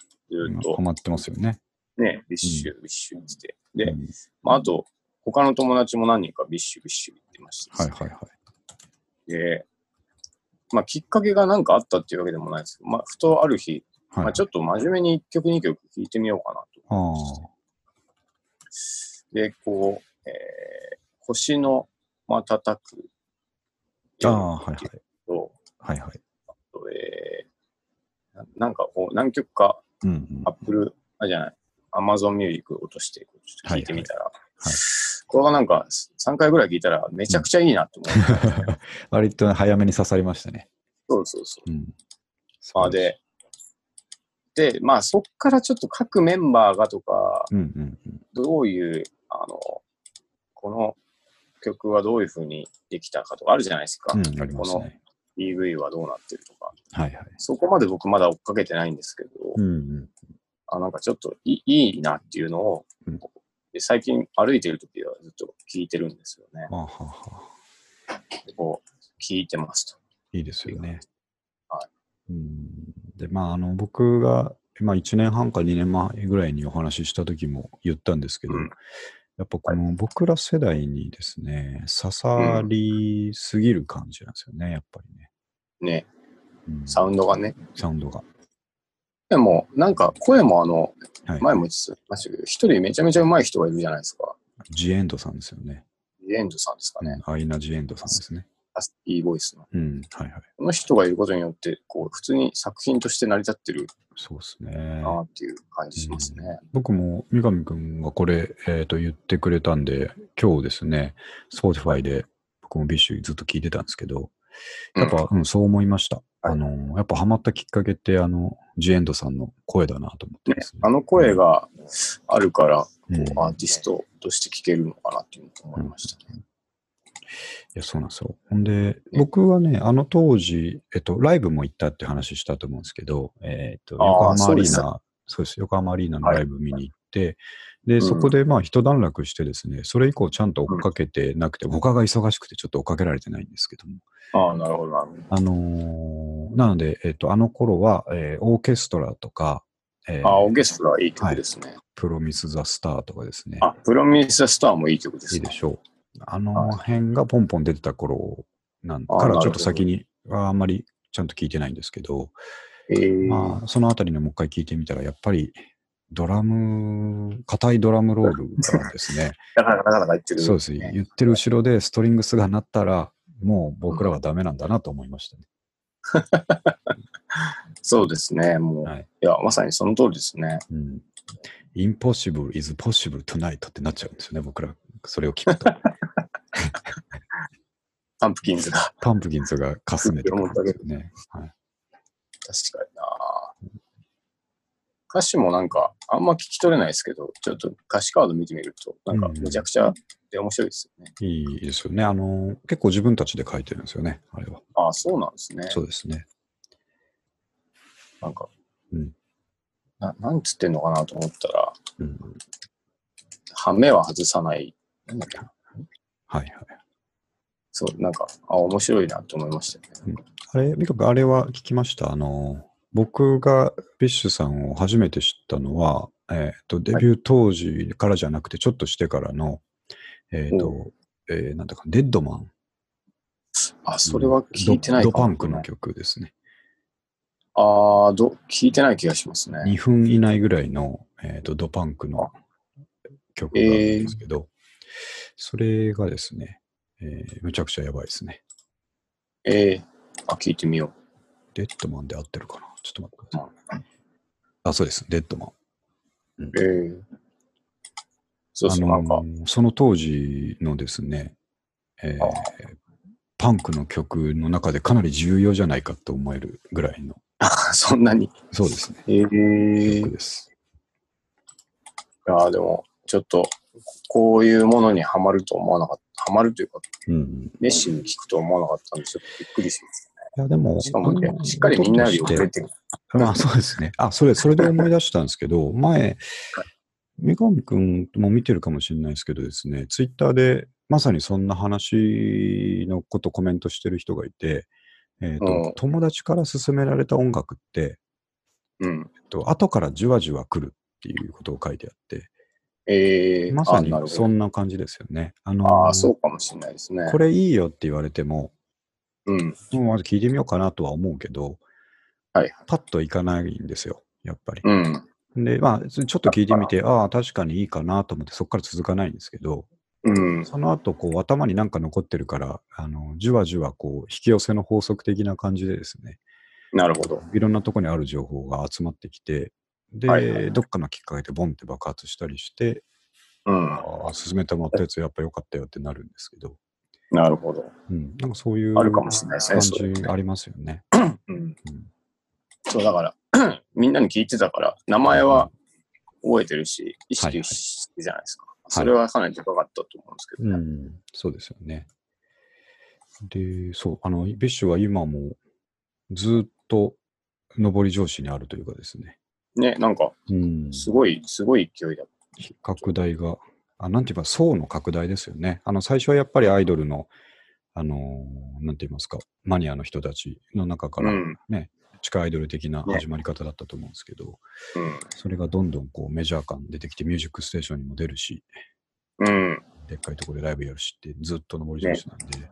S1: 今
S2: と
S1: ハ、マってますよね。
S2: ね、ビッシュ、ビッシュって言って。
S1: う
S2: で、
S1: ん
S2: まあ、あと、他の友達も何人かビッシュ、ビッシュ言ってました、
S1: はいはいはい。
S2: で、まあ、きっかけが何かあったっていうわけでもないですけど、まあ、ふとある日、
S1: はい、
S2: まあ、ちょっと真面目に1曲2曲聴いてみようかなと。
S1: ああ、
S2: で、こう、えー、星の瞬く
S1: ああ、はいはい。
S2: と、
S1: はいはい。
S2: えーななんかこう、何曲か
S1: うん、うん。
S2: アップル、あ、じゃない、アマゾンミュージック落として、ちょっと聞いてみたら、
S1: はい
S2: これがなんか3回ぐらい聞いたらめちゃくちゃいいなって思って、
S1: 割と早めに刺さりましたね。
S2: そうそうそう。
S1: うん。
S2: まあ、で、で、まあそっからちょっと各メンバーがとか、
S1: うんうんうん。
S2: どういう、あの、この曲はどういうふうにできたかとかあるじゃないですか。
S1: うん、ありますね。
S2: EV はどうなってるとか。
S1: はいはい。
S2: そこまで僕まだ追っかけてないんですけど、
S1: うんうん。
S2: あなんかちょっといいいなっていうのを、
S1: うん
S2: で最近歩いてる時はずっと聞いてるんですよね。
S1: あはは。
S2: でこう、聞いてます
S1: いいですよね。
S2: は
S1: うん。で、まあ、あの、僕が、まあ、1年半か2年前ぐらいにお話しした時も言ったんですけど、
S2: うん
S1: やっぱこの僕ら世代にですね、刺さりすぎる感じなんですよね、やっぱりね。
S2: と。ね、
S1: うん
S2: サウンドがね。
S1: サウンドが。
S2: でも、なんか声もあの、
S1: はい。
S2: 前も言ってましたけど、一人めちゃめちゃ上手い人がいるじゃないですか。
S1: ジエンドさんですよね。
S2: リエンドさんですかね。
S1: うんアイナ・ジエンドさんですね。
S2: アスいいボイスの。
S1: うん。はいはい。
S2: この人がいることによって、こう、普通に作品として成り立ってる
S1: そうですね。
S2: なっていう感じしますね。
S1: 僕も三上くんがこれ、えー、と言ってくれたんで、今日ですね、Spotify で僕もビッシュずっと聞いてたんですけど、やっぱ、うん、そう思いました。
S2: はい
S1: あの、やっぱハマったきっかけって、あの、ジエンドさんの声だなと思ってますね。
S2: あの声があるから、こう
S1: うん
S2: アーティストとして聴けるのかなっていうのを思いましたね。
S1: いや、そうなんですよ。ほんで、僕はね、あの当時、えっと、ライブも行ったって話したと思うんですけど、えっと、
S2: あー
S1: 横浜
S2: そ
S1: ア
S2: う
S1: リ
S2: で
S1: ー
S2: した
S1: ナ、そうです、横浜アリーナの
S2: はい
S1: ライブ見に行って、
S2: う
S1: で、
S2: ん
S1: そこでまあ、一段落してですね、それ以降ちゃんと追っかけてなくて、他が忙しくてちょっと追っかけられてないんですけども、
S2: ああ、なるほど、なるほど。
S1: あのーなので、えっと、あの頃は、えーオーケストラとか、えー
S2: ああ、オーケストラはいい曲ですね。
S1: プロミス・ザ・スターとかですね、
S2: あ、プロミス・スターもいい曲で
S1: い
S2: す
S1: いで
S2: ね。
S1: しょう。あの辺がポンポン出てた頃なんから、
S2: あ
S1: ちょっと先にはあんまりちゃんと聞いてないんですけど、
S2: えー
S1: まあ、そのあたりのもう一回聞いてみたら、やっぱりドラム、硬いドラムロールからです ね、
S2: だから、だから言ってる、
S1: そうです、
S2: ね。
S1: 言ってる後ろでストリングスが鳴ったら、もう僕らはダメなんだなと思いましたね。
S2: そうですね。もう、
S1: はい
S2: い、や、まさにその通りですね。
S1: うん。インポッシブル、イズポッシブル、トゥナイトってなっちゃうんですよね、僕ら、それを聞く と。
S2: パンプキンズが。 確
S1: パンプキンズがかすめてくるんですよね。はい、
S2: かにな。歌詞もなんか、あんま聞き取れないですけど、ちょっと歌詞カード見てみると、なんか、
S1: うん
S2: めちゃくちゃで面白いですよね。
S1: いいですよね。あの、結構自分たちで書いてるんですよね、あれは。
S2: ああ、そうなんですね。
S1: そうですね。
S2: なんか、
S1: うん
S2: な、なんつってんのかなと思ったら、
S1: うん、
S2: ハメは外さない。なんだっけ
S1: はいはい。
S2: そう、なんか、あ、面白いなと思いましたよね。
S1: あれ、美香君、あれは聞きました。あの、僕がビッシュさんを初めて知ったのは、えっ、と、デビュー当時からじゃなくて、ちょっとしてからの、えっ、と、えーなんだか、デッドマン。
S2: あ、それは聞いてない
S1: ド
S2: か
S1: ドパン
S2: も
S1: クの曲ですね。
S2: ああ、ど、聞いてない気がしますね。
S1: 2分以内ぐらいの、えっ、と、ドパンクの曲があるんですけど、それがですね、えーめちゃくちゃやばいですね。
S2: ええあ、聞いてみよ
S1: デッドマンで合ってるかなちょっと待ってください。あ、そうです。デッドマン。うん
S2: ええそうそう、
S1: あ
S2: な
S1: の
S2: んか、
S1: その当時のですね、えー
S2: あ
S1: パンクの曲の中でかなり重要じゃないかと思えるぐらいの、
S2: そんなに。
S1: そうですね、
S2: ええい
S1: 曲です。
S2: やーでも、ちょっと、こういうものにはまると思わなかった。はまるというか、
S1: うん、
S2: 熱心に聞くと思わなかったんで、ちょっとびっくりしまし
S1: いやでも
S2: た。しかも
S1: あ
S2: ね、
S1: の
S2: しっかりみんなより
S1: 音と
S2: 遅
S1: して
S2: れてる。
S1: まあそうですね。あ、それ、それで思い出したんですけ ど、前、三上くんも見てるかもしれないですけどですね、ツイッターでまさにそんな話のことコメントしてる人がいて、えーと
S2: うん
S1: 友達から勧められた音楽って、
S2: うん。
S1: えっと後からじわじわ来るっていうことを書いてあって、
S2: ええ
S1: まさ
S2: あ
S1: に
S2: なるほ
S1: そ
S2: ど。
S1: んな感じですよね。あの
S2: ああ、そうかもしれないですね。
S1: これいいよって言われても、
S2: うん。
S1: うんまず聞いてみようかなとは思うけど、
S2: はい
S1: パッといかないんですよ、やっぱり。
S2: うん。
S1: で、まあ、ちょっと聞いてみて、ああ、確かにいいかなと思って、そこから続かないんですけど、
S2: うん。
S1: その後、こう、頭になんか残ってるから、あの、じわじわ、こう、引き寄せの法則的な感じでですね、
S2: なるほど。
S1: いろんなとこにある情報が集まってきて、で、
S2: はいはいはい
S1: どっかのきっかけでボンって爆発したりして、
S2: うん。
S1: ああ、進めてもらったやつやっぱ良かったよってなるんですけど、
S2: なるほど。
S1: うん、なんかそういう
S2: あるかもしれないですね
S1: 感
S2: そういう
S1: じ
S2: の
S1: ありますよね。
S2: うん。
S1: うん
S2: そう、だから、 みんなに聞いてたから、名前は覚えてるし、意識してじゃないですか。それはかなり高かったと思うんですけど
S1: う
S2: ね。
S1: ん、そうですよね。で、そう、あの、ビッシュは今もずっと上り調子にあるというかですね。
S2: ね、なんか、
S1: うん、
S2: すごい、すごい勢いだ。
S1: 拡大が、あなんて言えば、層の拡大ですよね。あの、最初はやっぱりアイドルの、あのーなんて言いますか、マニアの人たちの中か
S2: う
S1: ら、
S2: ん。
S1: 地下アイドル的な
S2: ね
S1: 始まり方だったと思うんですけど、
S2: うん。
S1: それがどんどんこうメジャー感出てきて、ミュージックステーションにも出るし、
S2: うん。
S1: でっかいところでライブやるしって、ずっと上り調子なんで、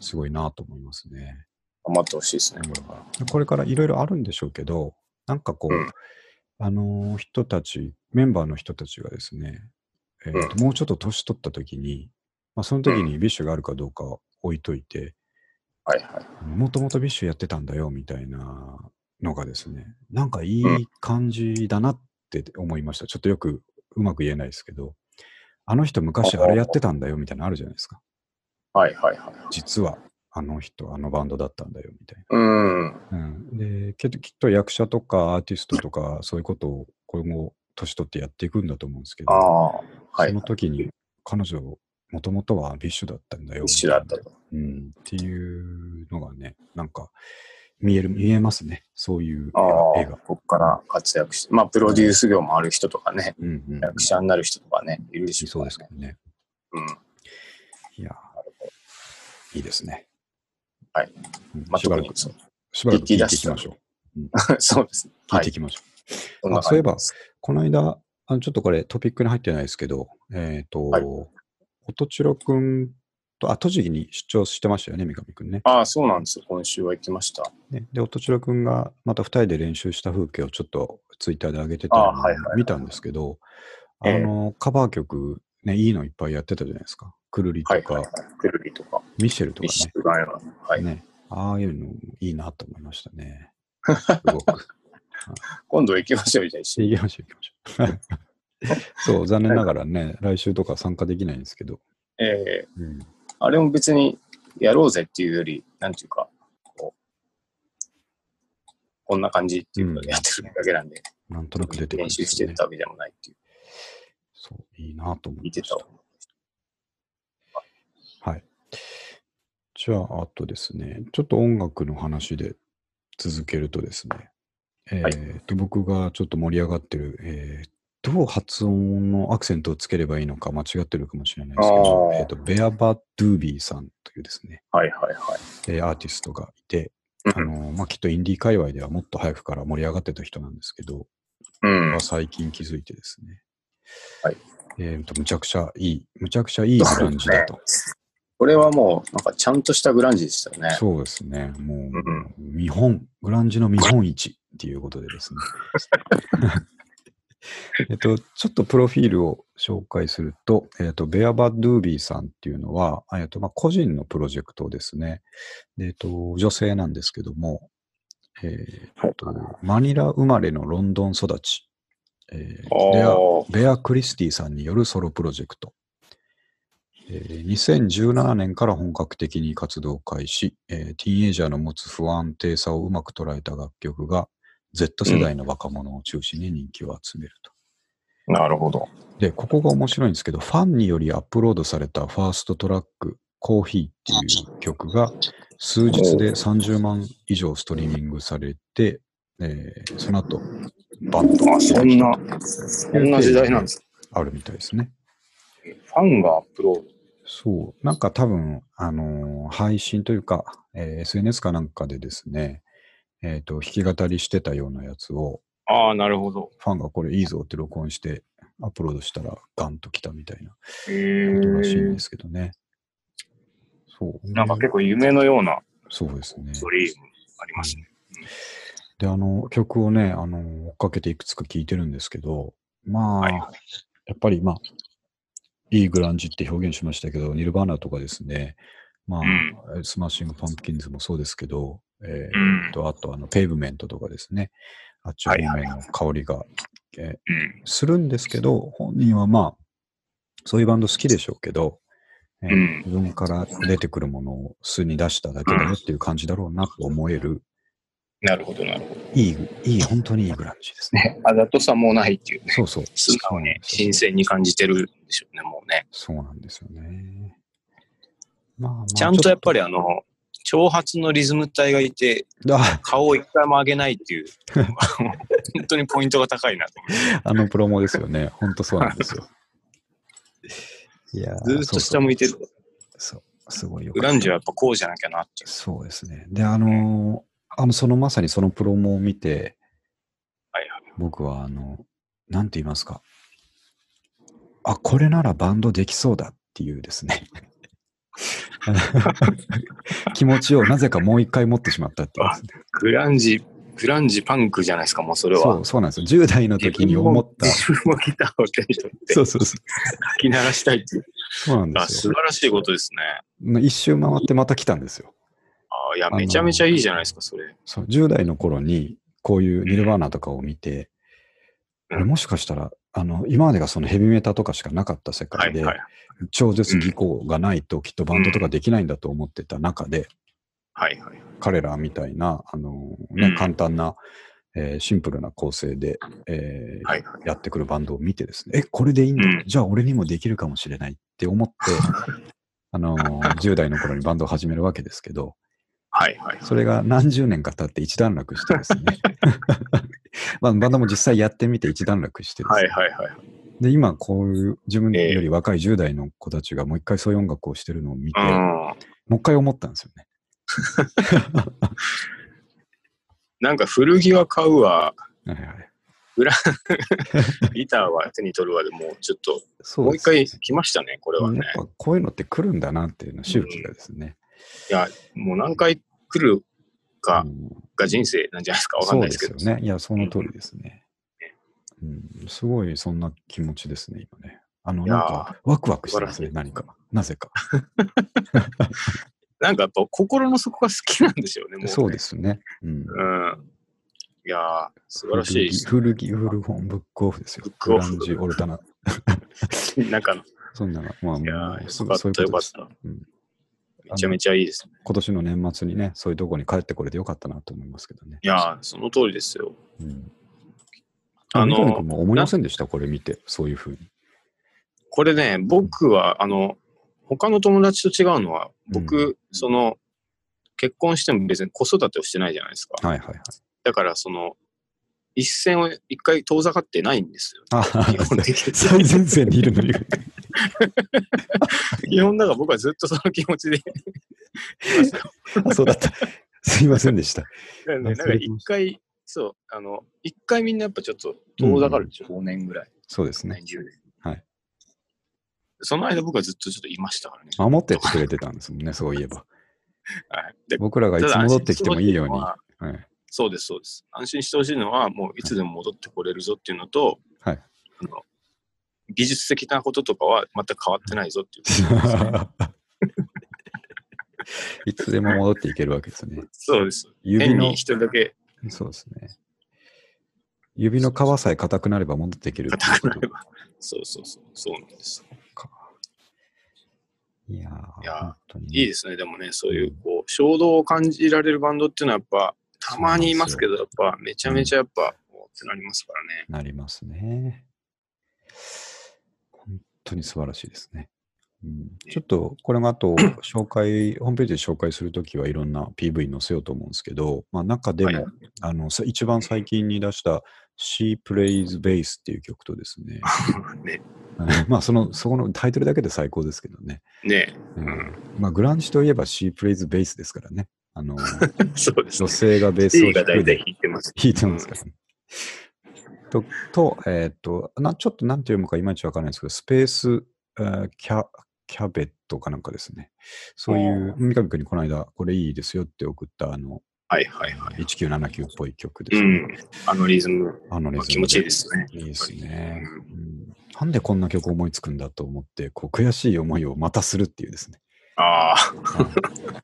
S1: すごいなと思いますね。
S2: 頑張ってほしいですね。
S1: これからいろいろあるんでしょうけど、なんかこう、
S2: うん
S1: あのー人たち、メンバーの人たちがですね、えーともうちょっと年取った時に、まあ、その時にビッシュがあるかどうかは置いといて、
S2: はいはい。
S1: もともとビッシュやってたんだよみたいなのがですね、なんかいい
S2: うん
S1: 感じだなって思いました。ちょっとよくうまく言えないですけど、あの人昔あれやってたんだよみたいなのあるじゃないですか。
S2: はいはいはい。
S1: 実はあの人、あのバンドだったんだよみたいな。
S2: うん。
S1: うん、でけどきっと役者とかアーティストとかそういうことを今後年取ってやっていくんだと思うんですけど、
S2: ああ。はい。
S1: そ
S2: ビ
S1: の時に彼女もともとはビッシュだったんだよ
S2: ッシュだった
S1: み
S2: と。
S1: いなうん、っていうのがねなんか見える見えますねそういう
S2: あ
S1: 絵
S2: あ
S1: が。、
S2: こっから活躍して、まあ、プロデュース業もある人とかね、
S1: うんうんうん
S2: 役者になる人とかね、いるでしょ
S1: そううで
S2: から
S1: すけ
S2: ね。
S1: どね。
S2: うん。
S1: いやーいいですね。
S2: はい
S1: うん。
S2: まあ、
S1: しば
S2: 特
S1: ら
S2: に
S1: く、
S2: そう
S1: しばらく聞いてい
S2: 引き出し
S1: き
S2: た
S1: ましょう。
S2: そうですね。
S1: 聞
S2: はい
S1: てい
S2: い。
S1: きましょう。
S2: そんな
S1: あそういえば
S2: 感じです
S1: この間、あのちょっとこれトピックに入ってないですけど、えっ、と、
S2: はい
S1: 音千代くんと、あ、栃木に出張してましたよね、三上くんね。
S2: ああ、そうなんですよ。今週は行きました。
S1: ねで、音千代くんがまた二人で練習した風景をちょっとツイッターで上げてた
S2: あ
S1: のを
S2: はいはいはい
S1: 見たんですけど、あ
S2: ええ
S1: の、カバー曲、ね、いいのいっぱいやってたじゃないですか。くるり
S2: は
S1: と
S2: い
S1: か、
S2: はいはい。くるりとか、
S1: ミシェルと
S2: ビ
S1: か
S2: ッシュガイははい
S1: ね。。ねああいうのいいなと思いました ね。すごく。
S2: 今度行きましょう、じゃあ一緒に。
S1: 行きましょう、行きまし ょう。そう、残念ながらね、来週とか参加できないんですけど。
S2: えー
S1: うん
S2: あれも別にやろうぜっていうより、なんていうか、こう、こんな感じっていうの
S1: うん
S2: でやってるだけなんで、
S1: なんとなく出てくるん
S2: 練
S1: です
S2: 習
S1: よね
S2: してたわけでもないっていう、
S1: そう、いいなと思
S2: 見
S1: い
S2: て
S1: ましたた。。はい。じゃあ、あとですね、ちょっと音楽の話で続けるとですね、え
S2: はい
S1: ーと僕がちょっと盛り上がってる、えーどう発音のアクセントをつければいいのか間違ってるかもしれないですけど、
S2: あー
S1: えーとベアバ・ドゥービーさんというですね、
S2: はいはいはい。
S1: えーアーティストがいて、
S2: うん
S1: あのーまあ、きっとインディー界隈ではもっと早くから盛り上がってた人なんですけど、
S2: うん
S1: まあ。最近気づいてですね。
S2: はい。
S1: えーと、むちゃくちゃいい、むちゃくちゃいいブランジだと。
S2: これはもう、なんかちゃんとしたグランジでしたよね。
S1: そうですね。もう、
S2: うん
S1: 見本、グランジの見本市っていうことでです ね。えっと、ちょっとプロフィールを紹介すると、えっと、ベアバ・ドゥービーさんっていうのは、えっと、まあ、個人のプロジェクトですね。でえっと、女性なんですけども、えっと、マニラ生まれのロンドン育ち。え
S3: あ
S1: ーベア
S3: ー
S1: ベア・クリスティさんによるソロプロジェクト。えー2017年から本格的に活動を開始、えーティーンエイジャーの持つ不安定さをうまく捉えた楽曲が、Z 世代の若者を中心に人気を集めると。
S3: なるほど。
S1: で、ここが面白いんですけど、ファンによりアップロードされたファーストトラック、コーヒーっていう曲が、数日で30万以上ストリーミングされて、えーその後、バンと
S2: あ、そんな、そんな時代なんです。
S1: あるみたいですね。
S2: ファンがアップロード。
S1: そう、なんか多分、あのー配信というか、えー SNS かなんかでですね、えっ、と、弾き語りしてたようなやつを、
S2: ああ、なるほど。
S1: ファンがこれいいぞって録音して、アップロードしたら、ガンと来たみたいな
S2: へ
S1: ことらしいん
S2: ー
S1: ですけどね。そう。
S2: なんか結構夢のような
S1: そうですね。
S2: ストリームありますね。
S1: で、あの、曲をね、あの、追っかけていくつか聴いてるんですけど、まあ、
S2: はい
S1: やっぱり、まあ、いいグランジって表現しましたけど、ニルバーナとかですね、まあ、
S2: う
S1: スマッシング・パンプキンズもそうですけど、え
S2: う
S1: ー
S2: ん
S1: っ。と、あと、あの、ペイブメントとかですね、あっち方
S2: はい
S1: 面
S2: はい
S1: の香りが、えー
S2: うん。
S1: するんですけど、本人はまあ、そういうバンド好きでしょうけど、えー
S2: うん
S1: 自分から出てくるものを素に出しただけだよっていう感じだろうなと思える、
S2: なるほど、なるほど。
S1: いい、いい、本当にいいグランジですね。
S2: ね、あざとさもないっていうね。
S1: そうそう。
S2: 素
S1: そ
S2: 直に
S1: うなん
S2: 新
S1: ですよ
S2: 鮮に感じてるんでしょうね、もうね。
S1: そうなんですよね。まあ、まあ、
S2: ちゃんとやっぱり
S1: あ
S2: あの、挑発のリズム体がいて、
S1: あ、
S2: 顔を一回も上げない っていう、本当にポイントが高いなと思って
S1: あのプロモですよね。本当そうなんです よ。いやー、
S2: ずーっと下向いてる。
S1: そうそうそう、すごいよ
S2: グ
S1: かった
S2: ランジはやっぱこうじゃなきゃなっていう。
S1: そうですね。で、あのーあの、そのまさにそのプロモを見て、
S2: はいはい。
S1: 僕は、あの、なんて言いますか。あ、これならバンドできそうだっていうですね。 気持ちをなぜかもう一回持ってしまったっていうですね、
S2: グランジ、グランジパンクじゃないですか、もうそれは。
S1: そう、そうなんですよ。10代の時に思った。
S2: 自分も自分 もギターを手に取って
S1: そうそうそう。
S2: 書き鳴らしたいっていう。
S1: そうなんで
S2: あ
S1: す
S2: 素
S1: よ。
S2: 晴らしいことですね。
S1: 一周回ってまた来たんですよ。
S2: あいや、
S1: のー
S2: めちゃめちゃいいじゃないですか、それ。
S1: そう10代の頃にこういうニルバーナとかを見て、
S2: うん
S1: あれもしかしたらあの今までがそのヘビメタとかしかなかった世
S2: は
S1: 界
S2: い
S1: で、
S2: はい。
S1: 超絶技巧がないときっとバンドとかできないんだと思ってた中で、
S2: はいはい。
S1: 彼らみたいな、あの
S2: う
S1: ね
S2: ん、
S1: 簡単な、えーシンプルな構成で、えー
S2: はいはい。
S1: やってくるバンドを見てですね、え、これでいいんだ、
S2: うん
S1: じゃあ俺にもできるかもしれないって思っ て、あの10代の頃にバンドを始めるわけですけど、
S2: はいはい。
S1: それが何十年か経って一段落してですね。 まあ、バンドも実際やってみて一段落してですね、
S2: はいはいはい。
S1: で、今こういう自分より若い10代の子たちがもう一回そういう音楽をしてるのを見て、も
S2: うん。
S1: う一回思ったんですよね。
S2: なんか古着は買うわ、
S1: はいはい。
S2: ギターは手に取るわでもうちょっと、
S1: そ
S2: もう
S1: で
S2: 一
S1: すね
S2: 回来まし たね、これはね
S1: や。っぱこういうのって来るんだなっていうの周期がですね。
S2: いや、もう何回来るか
S1: うん
S2: が人生なんじゃないですか、わかん
S1: そう
S2: ない
S1: で
S2: です
S1: す
S2: けど
S1: よ。ね。いや、その通りですね。うん、すごいそんな気持ちですね、今ね。あの、
S2: いやー
S1: なんか、ワクワクしてますね、何か。なぜか。
S2: なんかやっぱ心の底が好きなんでしょうね、もうね。
S1: そうですね。うん
S2: うん。いやー、素晴らしいです。
S1: 古着、古着古本、ブックオフですよ。
S2: ブック
S1: グ
S2: オ
S1: ラ
S2: フ
S1: ンジ、オルタナ。
S2: なんか、い
S1: そんなの、まあ、
S2: や
S1: もう
S2: ー、
S1: そ
S2: よかっ
S1: そうい
S2: たよ
S1: うこ
S2: かっ
S1: とです。う
S2: た。
S1: ん
S2: めちゃめちゃいいですね。
S1: 今年の年末にね、そういうとこに帰ってこれてよかったなと思いますけどね。
S2: いやー、その通りですよ。
S1: うん、
S2: あ
S1: あの、三谷
S2: の
S1: 君、も思いませんでした、これ見て、そういうふうに。
S2: これね、僕は、あの、他の友達と違うのは、僕、
S1: う
S2: その、結婚しても別に子育てをしてないじゃないですか。
S1: はいはいはい。
S2: だから、その、一線を一回遠ざかってない んですよ。
S1: あ
S2: 基本的に
S1: 最前線にいるのに。
S2: 基本だから僕はずっとその気 持ちでいますよ。
S1: あ、そうだった。すいませんでした。
S2: なんで
S1: 忘
S2: な
S1: れてました
S2: んか一回、そう、あの、一回みんなやっぱちょっと遠ざかるんですよ。5年ぐらい、
S1: そうです
S2: 5
S1: ね
S2: 年、。10年。
S1: はい。
S2: その間僕はずっとちょっといましたからね。
S1: 守っててくれてたんですもんね、そういえば。
S2: はい。で
S1: 僕らがいつ戻ってきてもいいように。
S2: ただ安心して
S1: は
S2: ほしのはそうです、そうです。安心してほしいのは、もういつでも戻ってこれるぞっていうのと、
S1: はい
S2: あの技術的なこととかは全く変わってないぞっていうこと ですね、
S1: いいつでも戻っていけるわけですね。
S2: そうです。
S1: 指
S2: 変に
S1: の
S2: 一人だけ、
S1: そうですね。指の皮さえ硬くなれば戻っていけるっていう
S2: 硬く
S1: こ
S2: な
S1: と
S2: れば。そうそうそう、そうなんです。
S1: いやー
S2: いやー
S1: 本当にね
S2: いいですね、でもね、そういう、こう、衝動を感じられるバンドっていうのは、やっぱ、たまにいますけど、やっぱ、めちゃめちゃやっぱ、おーってなりますからね。
S1: なりますね。本当に素晴らしいですね。うん、ちょっとこれもあと紹介、ホームページで紹介するときはいろんな PV 載せようと思うんですけど、まあ、中でも、
S2: はい
S1: あのさ一番最近に出した「She Plays Bass」っていう曲とです ね、
S2: ね
S1: うんまあそのそこのタイトルだけで最高ですけどね、
S2: ね
S1: うん
S2: うん
S1: まあ、グランジといえば「She Plays Bass」ですからね、あ の
S2: そうです
S1: 女
S2: ね。
S1: 性がベースを
S2: 地位
S1: 弾
S2: が大
S1: くで
S2: 体引いてます。
S1: 弾いてますからね。と、とえーっとな、ちょっとなんて読むかいまいちわからないですけど、スペース、えーキャキャベットかなんかですね。そういう、三上君にこの間、これいいですよって送った、あの、
S2: はいはいはい。
S1: 1979っぽい曲で
S2: う
S1: すね、
S2: ん。あのリズム、
S1: あのレズムで
S2: 気持ちいいですね。
S1: いいですね、
S2: う
S1: うんなんでこんな曲思いつくんだと思って、こう悔しい思いをまたするっていうですね。はい
S2: ああ、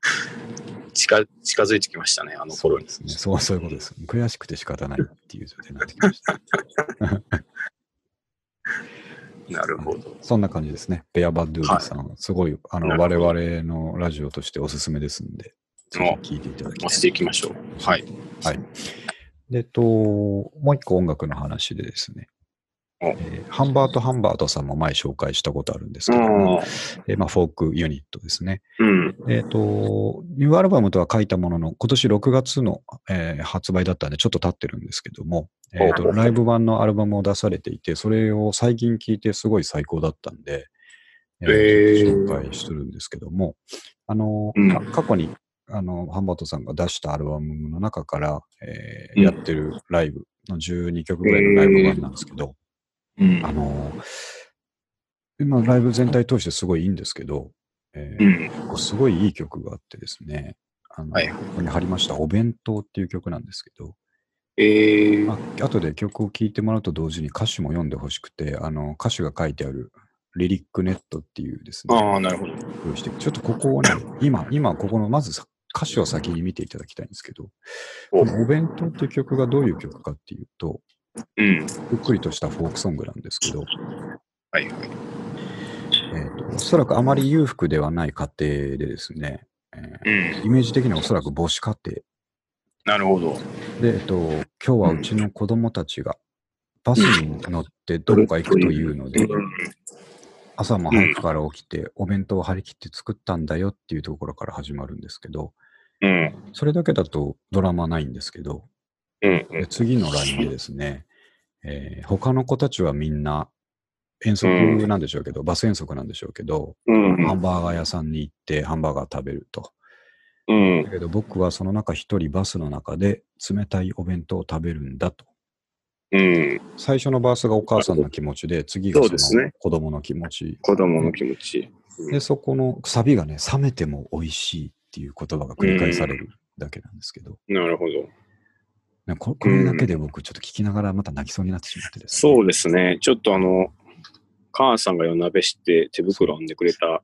S2: 近近づいてきましたね、あの
S1: そう
S2: 頃
S1: で
S2: に。
S1: すね。そう、そういうことです。悔しくて仕方ないっていう状態になってきました。
S2: なるほど。
S1: そんな感じですね。ベアバッドゥーリさん、すごい、あの、
S2: な
S1: 我
S2: る
S1: 々のラジオとしておすすめですんで、ぜひ聞いていただきた
S2: 押
S1: い
S2: し。ていきましょう。はい。
S1: で、えっと、もう一個音楽の話でですね、
S2: お
S1: えーハンバート・ハンバートさんも前紹介したことあるんです
S2: う
S1: けども、
S2: ん。
S1: えーまあ、フォークユニットですね。
S2: うん。
S1: えっ、と、ニューアルバムとは書いたものの、今年6月の、えー発売だったんで、ちょっと経ってるんですけども、えっ、と、ライブ版のアルバムを出されていて、それを最近聴いてすごい最高だったんで、えー
S2: えー
S1: 紹介してるんですけども、あの、
S2: うん
S1: か過去に、あの、ハンバートさんが出したアルバムの中から、えー
S2: うん
S1: やってるライブの12曲ぐらいのライブ版なんですけど、
S2: うん
S1: あの、今、ライブ全体通してすごいいいんですけど、えー
S2: うん。
S1: こうすごいいい曲があってですね、あの
S2: はい
S1: ここに貼りました、お弁当っていう曲なんですけど、
S2: えー
S1: まあ後で曲を聴いてもらうと同時に歌詞も読んでほしくて、あの歌詞が書いてあるリリックネットっていうですね、
S2: ああ、なるほど。
S1: 用意して、ちょっとここをね、今、今ここのまずさ歌詞を先に見ていただきたいんですけど、こ
S2: お
S1: のお弁当っていう曲がどういう曲かっていうと、
S2: うん。
S1: ゆっくりとしたフォークソングなんですけど、
S2: はいはい。
S1: えーとおそらくあまり裕福ではない家庭でですね、えー
S2: うん。
S1: イメージ的にはおそらく母子家庭
S2: なるほど。
S1: で、えっと、今日はうちの子供たちがバスに乗ってどこか行くというので、朝も早くから起きて、お弁当を張り切って作ったんだよっていうところから始まるんですけど、
S2: うん。うん。
S1: それだけだとドラマないんですけど、
S2: うん。
S1: で次のラインでですね、えー他の子たちはみんな遠足なんでしょうけど、バス遠足なんでしょうけど、
S2: うん。
S1: ハンバーガー屋さんに行ってハンバーガー食べると。
S2: うん。
S1: だけど僕はその中一人バスの中で冷たいお弁当を食べるんだと。
S2: うん。
S1: 最初のバースがお母さんの気持ちで、次が
S2: そう
S1: そ
S2: ですね
S1: の子供の気持ち。
S2: 子供の気持ち。
S1: で、そこのサビがね、冷めても美味しいっていう言葉が繰り返されるだけなんですけど、
S2: なるほど。
S1: ねここれだけで僕ちょっと聞きながらまた泣きそうになってしまってですね。
S2: そうですね。ちょっとあの、母さんが夜鍋して手袋を編んでくれた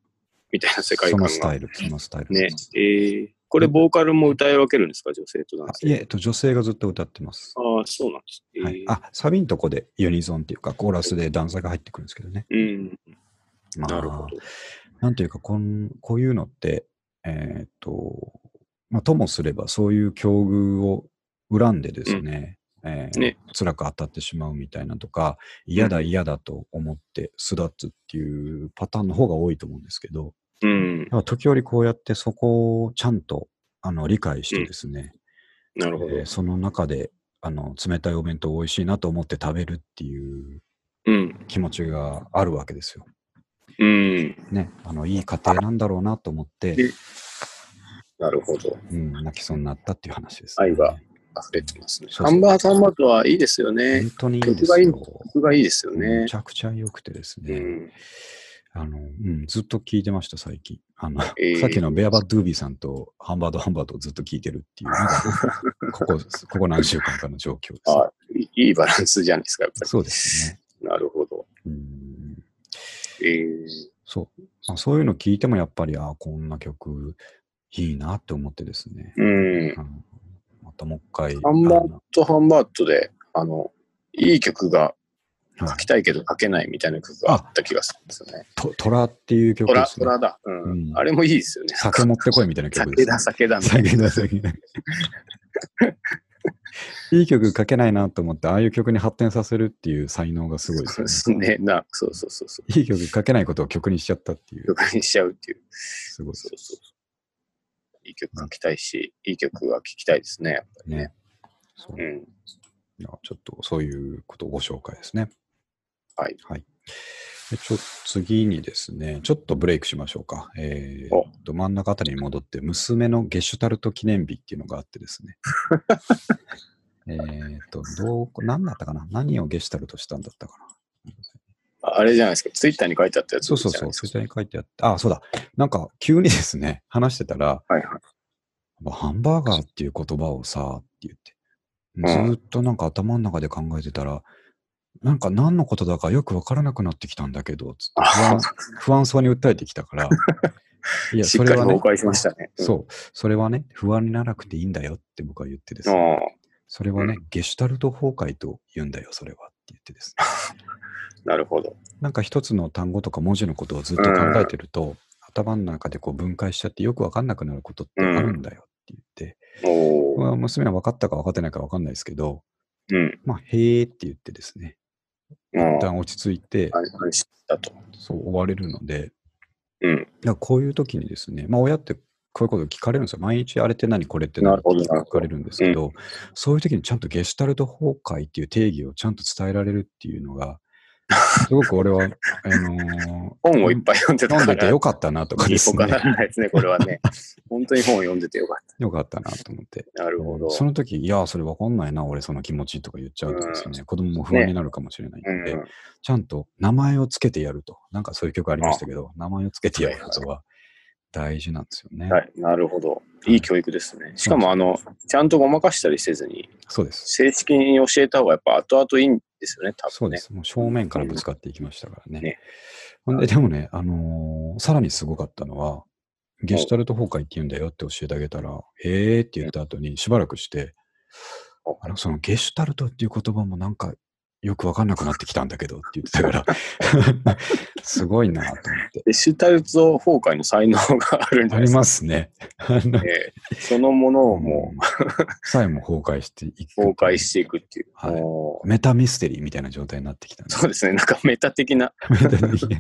S2: みたいな世界
S1: そ
S2: 観
S1: のスタ
S2: が。
S1: イル、そのスタイル。
S2: ね。えー、これ、ボーカルも歌い分けるんですか女性と
S1: あ
S2: 男
S1: いえ、
S2: 性。
S1: えっと、女性がずっと歌ってます。
S2: ああ、そうなんです。えー
S1: はい、あサビのとこでユニゾンっていうかコーラスでダンサーが入ってくるんですけどね。
S2: うん。
S1: まあ
S2: なるほど。
S1: なんていうかこん、こういうのって、えーっと、まあ、ともすれば、そういう境遇を恨んでですね、えー
S2: ね
S1: 辛く当たってしまうみたいなとか、嫌だ嫌だと思って巣立つっていうパターンの方が多いと思うんですけど、
S2: うん。
S1: やっぱ時折こうやってそこをちゃんとあの理解してですね、
S2: なるほど
S1: えー。その中であの冷たいお弁当美味しいなと思って食べるっていう
S2: うん。
S1: 気持ちがあるわけですよ。
S2: うん。
S1: ね、あのいい家庭なんだろうなと思って、
S2: なるほど。
S1: うん、泣きそうになったっていう話です、
S2: 愛が溢れてますね。
S1: そう
S2: ハ
S1: そう
S2: ンバーハンバートはいいですよね
S1: 本。当にいいんです
S2: 曲がいい
S1: よ。
S2: 曲がいいですよね
S1: めち。ゃくちゃ良くてです
S2: う
S1: ね、
S2: ん。
S1: あのうん、ずっと聞いてました、最近。あの
S2: えー
S1: さっきのベアバッドゥービーさんとハンバードハンバードをずっと聞いてるっていうのが、 ここここ何週間かの状況です、
S2: あいいいバランスじゃないですか、やっぱり。
S1: そうですね。
S2: なるほど。
S1: うん
S2: えー
S1: そうまあ、そういうの聞いてもやっぱり、あこんな曲いいなって思ってですね。
S2: うん。
S1: あのまたもう一回。
S2: ハンバー
S1: あの
S2: ハンバートハンバートで、あの、いい曲が
S1: はい
S2: 書きたいけど書けないみたいな曲があった気がするんですよね。
S1: と虎っていう曲
S2: ト
S1: で
S2: ラ、
S1: す
S2: ト
S1: ね。
S2: ラだ。うん。
S1: うん
S2: あれもいいですよね。
S1: 酒持ってこいみたいな曲です、
S2: 酒
S1: ね
S2: だ、。酒だ。みたいな
S1: 酒だ、酒だ。 いい曲書けないなと思って、ああいう曲に発展させるっていう才能がすごいですよね。
S2: すね。な、そうそうそうそう。
S1: いい曲書けないことを曲にしちゃったっていう、
S2: 曲にしちゃうっていう。
S1: すごいで
S2: そ
S1: す
S2: うそうそう。いい曲書きたいし、いい曲は聴きたいですね、やっぱりね
S1: ね。。そう
S2: う
S1: い
S2: ん。
S1: やちょっとそういうことをご紹介ですね。
S2: はい。
S1: はい。でちょ次にですね、ちょっとブレイクしましょうか。え
S2: お
S1: ー、と真ん中あたりに戻って、娘のゲシュタルト記念日っていうのがあってです ね。えっと、どう、何だったかな何をゲシュタルトしたんだったかな
S2: ああれじゃないですか。ツイッターに書いてあったやつ。
S1: そうそうそう、ツイッターに書いてあって、あ、そうだ、なんか急にですね、 話してたら、
S2: はいはい。
S1: ハンバーガーっていう言葉をさ、って言って、
S2: うん
S1: ずーっとなんか頭の中で考えてたら、なんか何のことだかよくわからなくなってきたんだけど、つって
S2: あ
S1: 不安不安そうに訴えてきた から、いや
S2: しっかり崩壊しましたね。うん
S1: そう、それはね、不安にならなくていいんだよって僕は言ってですね、
S2: ああ、
S1: それはね、ゲシュタルト崩壊と言うんだよ、それはって言ってですね
S2: なるほど。
S1: なんか一つの単語とか文字のことをずっと考えてると、頭の中でこう分解しちゃってよくわかんなくなることってあるんだよって言って、
S2: おお。
S1: まあ娘は分かったか分かってないか分かんないですけど、
S2: うん。
S1: まあ、へーって言ってですね、
S2: うん
S1: 一。旦落ち着いて、
S2: 安心したと。
S1: そう終われるので、
S2: うん。
S1: なんかこういう時にですね、まあ、親ってこういうこと聞かれるんですよ。毎日あれって何これって
S2: な
S1: 何
S2: る
S1: っ
S2: ほど
S1: て聞かれるんですけど、そういう時にちゃんとゲシュタルト崩壊っていう定義をちゃんと伝えられるっていうのが、すごく俺は、あのー
S2: 本をいっぱい読んでた
S1: 読んで
S2: から。
S1: てよかったなとか
S2: い
S1: で
S2: い
S1: す
S2: 子か
S1: ね
S2: な。らないですね、これはね。 本当に本を読んでてよかっ
S1: よかったなと思って。
S2: た。なるほど。
S1: その時、いや、それわかんないな、俺その気持ちとか言っちゃうとですね、子供も不安になるかもしれない
S2: うん
S1: ので、ちゃんと名前をつけてやると。なんかそういう曲ありましたけど、名前をつけてやることは大事なんですよね。
S2: はい、なるほど。いい教育ですね。しかも、あの、ちゃんとごまかしたりせずに、
S1: そうです。
S2: 正式に教えた方がやっぱ後々いいんですよね、多
S1: そう
S2: 分
S1: で
S2: ね。
S1: す。もう正面からぶつかっていきましたからね。
S2: ね
S1: ほんで、でもね、あのーさらにすごかったのは、ゲシュタルト崩壊って言うんだよって教えてあげたら、えーって言った後にしばらくして、
S2: お
S1: あのそのゲシュタルトっていう言葉もなんかよくわかんなくなってきたんだけどって言ってたから、 すごいなと思って。
S2: デシュタルト崩壊の才能があるんじゃ
S1: あ
S2: な
S1: り
S2: いですか。
S1: ますね。あの
S2: ええそのものをも
S1: う、 さえも崩壊していく。
S2: う崩壊していくっていう。
S1: はい
S2: もう
S1: メタミステリーみたいな状態になってきたんで
S2: そうですね、なんかメタ的な。
S1: メタ的に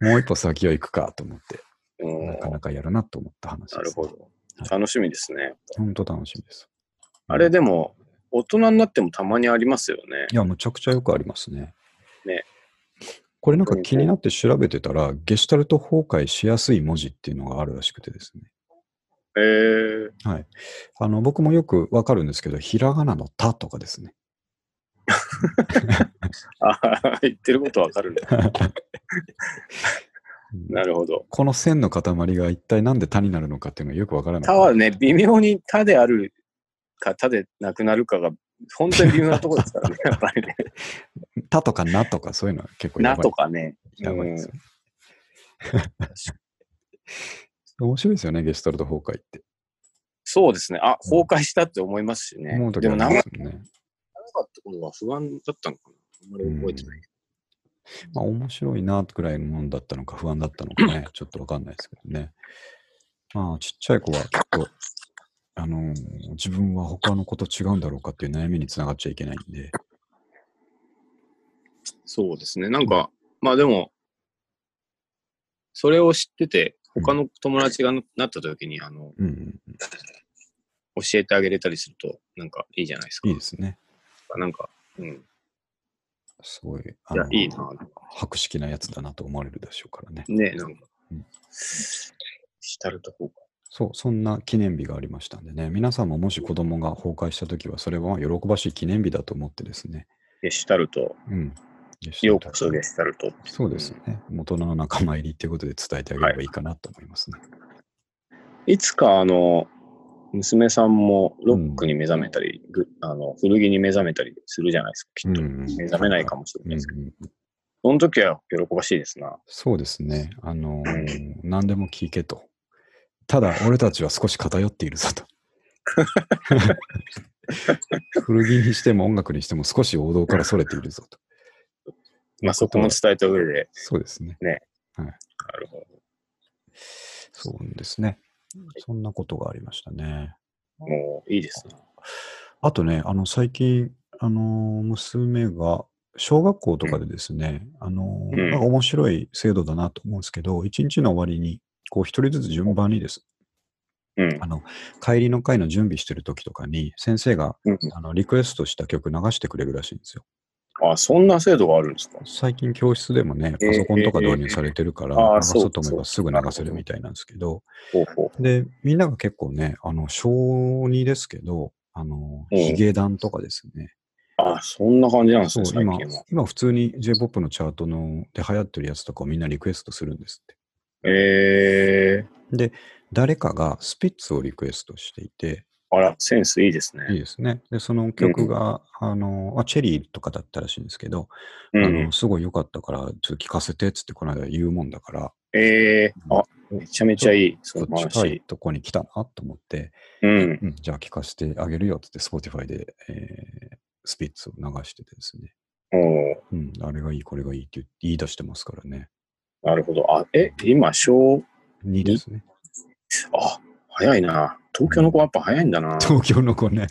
S1: もう一歩先を行くかと思って、
S2: うん
S1: なかなかやるなと思った話です、
S2: なるほど
S1: は。い
S2: 楽しみですね。
S1: 本当楽しみです。
S2: あれでも、大人になってもたまにありますよね。
S1: いや、むちゃくちゃよくありますね。
S2: ね
S1: これなんか気になって調べてたら、ゲシュタルト崩壊しやすい文字っていうのがあるらしくてですね。
S2: えー、
S1: はい。あの、僕もよくわかるんですけど、ひらがなのたとか ですね。
S2: あ言ってることわ かるんだ。なるほど。
S1: この線の塊が一体なんでたになるのかっていうのがよくわからない。
S2: 他はね、微妙に他であるか他でなくなるかが、本当に微妙なところですからね、やっぱ りね。
S1: たとかなとかそういうのは結構や
S2: な
S1: ばい。
S2: とかね。
S1: やばいですよね。 面白いですよね、ゲシュタルト崩壊って。
S2: そうですね。あ、崩壊したって思いますしね。
S1: 思う時
S2: で
S1: あ
S2: も
S1: り
S2: な
S1: ま
S2: かっ
S1: すよね。
S2: たことは不安だったのかな。あんまり覚えてない。
S1: まあ、面白いなくらいのもんだったのか不安だったのかね、ちょっとわかんないですけどね。まあ、ちっちゃい子はきっと、あのー自分は他の子と違うんだろうかっていう悩みにつながっちゃいけないんで、
S2: そうですね。なんか、まあでも、それを知ってて、他の友達がななった時に、あの、
S1: うんうん、
S2: 教えてあげれたりすると、なんかいいじゃないですか。
S1: いいですね。
S2: なんか、うん。い
S1: すごい、あ
S2: や
S1: の、ー
S2: いいな。
S1: 博識なやつだなと思われるでしょうからね。
S2: ねなんか
S1: うん。
S2: したるとこ
S1: そう、そんな記念日がありましたんでね、皆さんももし子供が崩壊したときは、それは喜ばしい記念日だと思ってですね。
S2: ゲシュタルト、
S1: うん。
S2: ようこそゲシュタルト。
S1: そうですね。大人の仲間入りということで伝えてあげればいいかなと思いますね。
S2: いつか、あの、娘さんもロックに目覚めたり、ぐあの古着に目覚めたりするじゃないですか、きっと。
S1: うんうん
S2: 目覚めないかもしれないですけど、
S1: うんうん
S2: その時は喜ばしいですな。
S1: そうですね。あのー何でも聞けと。 ただ、俺たちは少し偏っているぞと。古着にしても音楽にしても少し王道から逸れているぞと。
S2: まあそこも伝えた上で、
S1: そうですね。
S2: なるほ
S1: そうですね。そんなことがありましたね。
S2: ど。もういいですね。
S1: あとね、あの、最近、あの、娘が、小学校とかでですね、あの、
S2: うん
S1: まあ面白い制度だなと思うんですけど、一日の終わりに、こう、一人ずつ順番にです。
S2: うん
S1: あ。の、帰りの会の準備してる時とかに、先生が、
S2: うん
S1: あの、リクエストした曲流してくれるらしいんですよ。
S2: あ、そんな制度があるんですか
S1: 最近教室でもね、
S2: えー
S1: パソコンとか導入されてるから、
S2: えーえーあー
S1: 流
S2: そう
S1: そうと思えばすぐ流せるみたいなんですけど、
S2: ほうほう。
S1: で、みんなが結構ね、あの、小2ですけど、あの、
S2: うん
S1: ヒゲダンとかですね。
S2: あ、そんな感じなんです
S1: そう
S2: ね、、最
S1: 今
S2: 近は。、
S1: 今普通に J-POP のチャートので流行ってるやつとかをみんなリクエストするんですって。
S2: ええ
S1: 誰かがスピッツをリクエストしていて、
S2: あら、センスいいです
S1: いい
S2: ね。
S1: ですね。で、その曲が、あの、あチェリーとかだったらしいんですけど、
S2: う
S1: あ
S2: ん
S1: の、。すごい良かったから、ちょっと聞かせてっつってこの間言うもんだから、
S2: ええあ、めちゃめちゃいい、その
S1: 近い
S2: 話。
S1: とこに来たなと思って、
S2: うん。
S1: うん、じゃあ聞かせてあげるよってって、Spotify で、えースピッツを流しててですね。
S2: おー
S1: うん、あれがいい、これがいいって言って言い出してますからね。
S2: なるほど。あ、え、今、小、
S1: 2ですね。
S2: あ、早いな。東京の子はやっぱ早いんだな。
S1: 東京の子ね。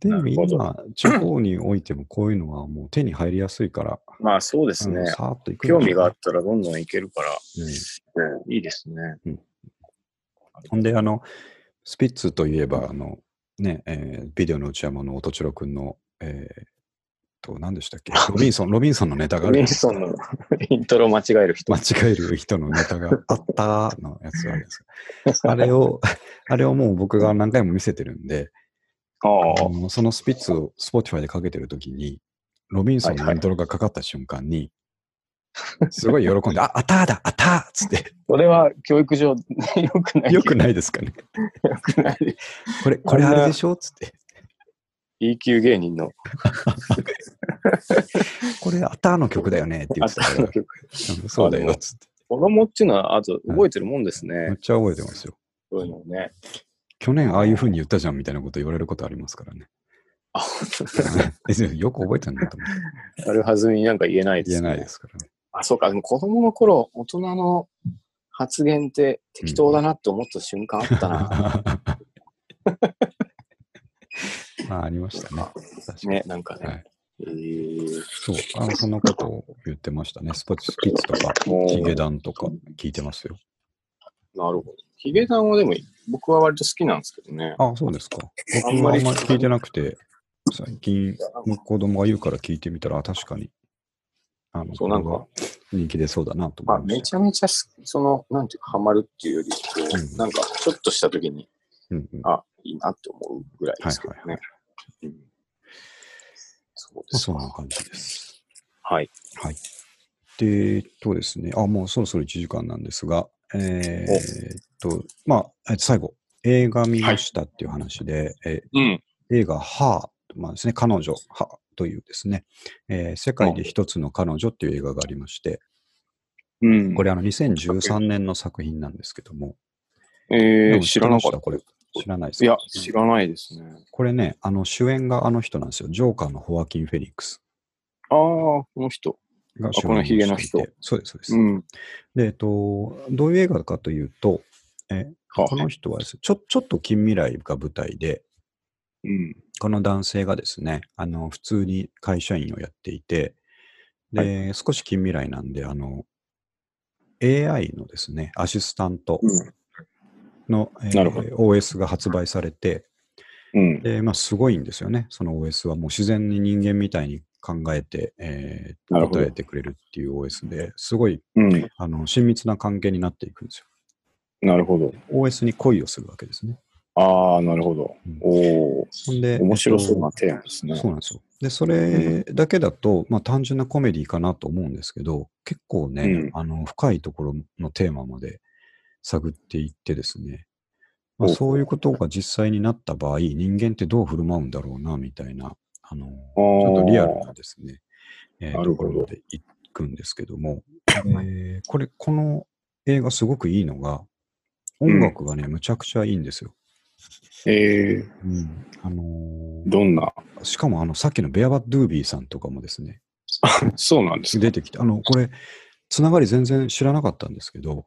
S1: で
S2: な
S1: も
S2: るほど
S1: 今、地方においてもこういうのはもう手に入りやすいから、
S2: まあ、そうで
S1: あ
S2: す
S1: の
S2: ね。
S1: さーっと行く
S2: 興味があ
S1: っ
S2: ったらどんどんいけるから、
S1: て、うん
S2: いいですね。
S1: ほんで、あの、スピッツといえば、あの、ね、えービデオの内山の音千代くんの、えー、と、何でしたっ けロビンソン、ロビンソンのネタが
S2: ロ
S1: ある
S2: ビンソ ンのイントロ間違える人。
S1: 間違える人のネタがあったーのやつがあるんです よあれを、あれをもう僕が何回も見せてるんで、
S2: ああ
S1: あのそのスピッツを Spotify でかけてるときに、ロビンソンのイントロがかかった瞬間 に、すごい喜んで、あ、あたーだ、あたーっつ って、
S2: それは教育上 良くない。
S1: よく
S2: い。
S1: ないですかね。
S2: 良く ない。
S1: これ、これあれでしょっつって、
S2: E 級芸人の
S1: これあたーの曲だよねって言ってたから
S2: の、曲。
S1: うんそうだよっつって。
S2: 子供っていうのは、あと覚えてるもんです
S1: めっ
S2: ね。
S1: ちゃ覚えてますよ。
S2: そういうのね。
S1: 去年ああいう風に言ったじゃんみたいなこと言われることありますから ね。
S2: あ、本当だ
S1: 別によく覚えたんだと思って
S2: 軽はずみになんか言えないです、
S1: 言え
S2: ね。
S1: ないですからね。
S2: あ、そうか。でも子供の頃、大人の発言って適当だなって思った瞬間あったな。
S1: まあ、ありましたね。確かに。
S2: ね、なんかね。
S1: はい
S2: えー
S1: そうあの、そんなことを言ってましたね。スポーツスピッツとか、
S2: おー
S1: ヒゲダンとか聞いてますよ。
S2: なるほど。ヒゲダンはでも、僕は割と好きなんですけどね。
S1: あ、そうですか。
S2: あ
S1: 僕
S2: ん
S1: も
S2: ま
S1: あ
S2: り
S1: んまり聞いてなくて、最近、子供が言うから聞いてみたら、あ確かに。あの
S2: そうなんか、
S1: 人気出そうだなと
S2: まあ、
S1: 思い
S2: め
S1: まし
S2: ちゃめちゃす、その、なんていうか、ハマるっていうより、こ
S1: うん
S2: う、なんか、ちょっとした時に、
S1: た。うんうん
S2: あ、いいなって思うぐらいですけどね。
S1: はいはい
S2: うんそうです
S1: そ
S2: か
S1: んな感じです。
S2: はい。
S1: はい。で、えっとですね、あ、もうそろそろ1時間なんですが、えーっと、まあ、え最後、映画見ましたっていう話で、え
S2: うん。
S1: 映画、はー、まあですね、彼女、はというですね、えー世界で一つの彼女っていう映画がありまして、
S2: うん。
S1: これ、あの、2013年の作品なんですけども、
S2: れ、え
S1: で
S2: ー、
S1: も
S2: 知らなかった。
S1: これ。知らないです
S2: いや、知らないですね。
S1: これね、あの、主演があの人なんですよ、ジョーカーのホワキン・フェニックス
S2: ああ、この人。
S1: が主
S2: あこの
S1: 演をして
S2: ヒ
S1: い
S2: ゲ
S1: て
S2: の人。
S1: そうです、そうです。
S2: うん。
S1: で、えっと、どういう映画かというと、え
S2: は
S1: この人はですねちょちょっと近未来が舞台で、
S2: うん。
S1: この男性がですね、あの普通に会社員をやっていて、で、少し近未来なんで、あの、AI のですね、アシスタント
S2: うん
S1: の、えー
S2: なるほ
S1: OS が発売されて、
S2: うん。
S1: で、まあ、すごいんですよね。その OS はもう自然に人間みたいに考えて、えー
S2: なるほど
S1: 答えてくれるっていう OS で、すごい、
S2: うん。
S1: あの、親密な関係になっていくんですよ。
S2: なるほど。
S1: OS に恋をするわけですね。
S2: ああ、なるほど
S1: うん。
S2: おお、
S1: ほんで、
S2: 面白
S1: えっ
S2: そう
S1: と
S2: なテーマですね。
S1: そうなんですよ。で、それだけだと、まあ単純なコメディかなと思うんですけど、結構ね、
S2: うん
S1: あの、深いところのテーマまで探っていってですね、まあ、
S2: お
S1: そういうことが実際になった場合、人間ってどう振る舞うんだろうな、みたいな、あの、ち
S2: あ
S1: ょっとリア
S2: ー
S1: ルなですね、えー
S2: な
S1: と
S2: る
S1: こ
S2: ほど
S1: ろまで行くんですけども、えーこれ、この映画すごくいいのが、音楽がね、むちゃくちゃいいんですよ。
S2: ええ
S1: うん。あのー
S2: どんな。
S1: しかもあの、さっきのベアバッドゥービーさんとかもですね、
S2: そうなんです
S1: 出てきて、あの、これ、つながり全然知らなかったんですけど、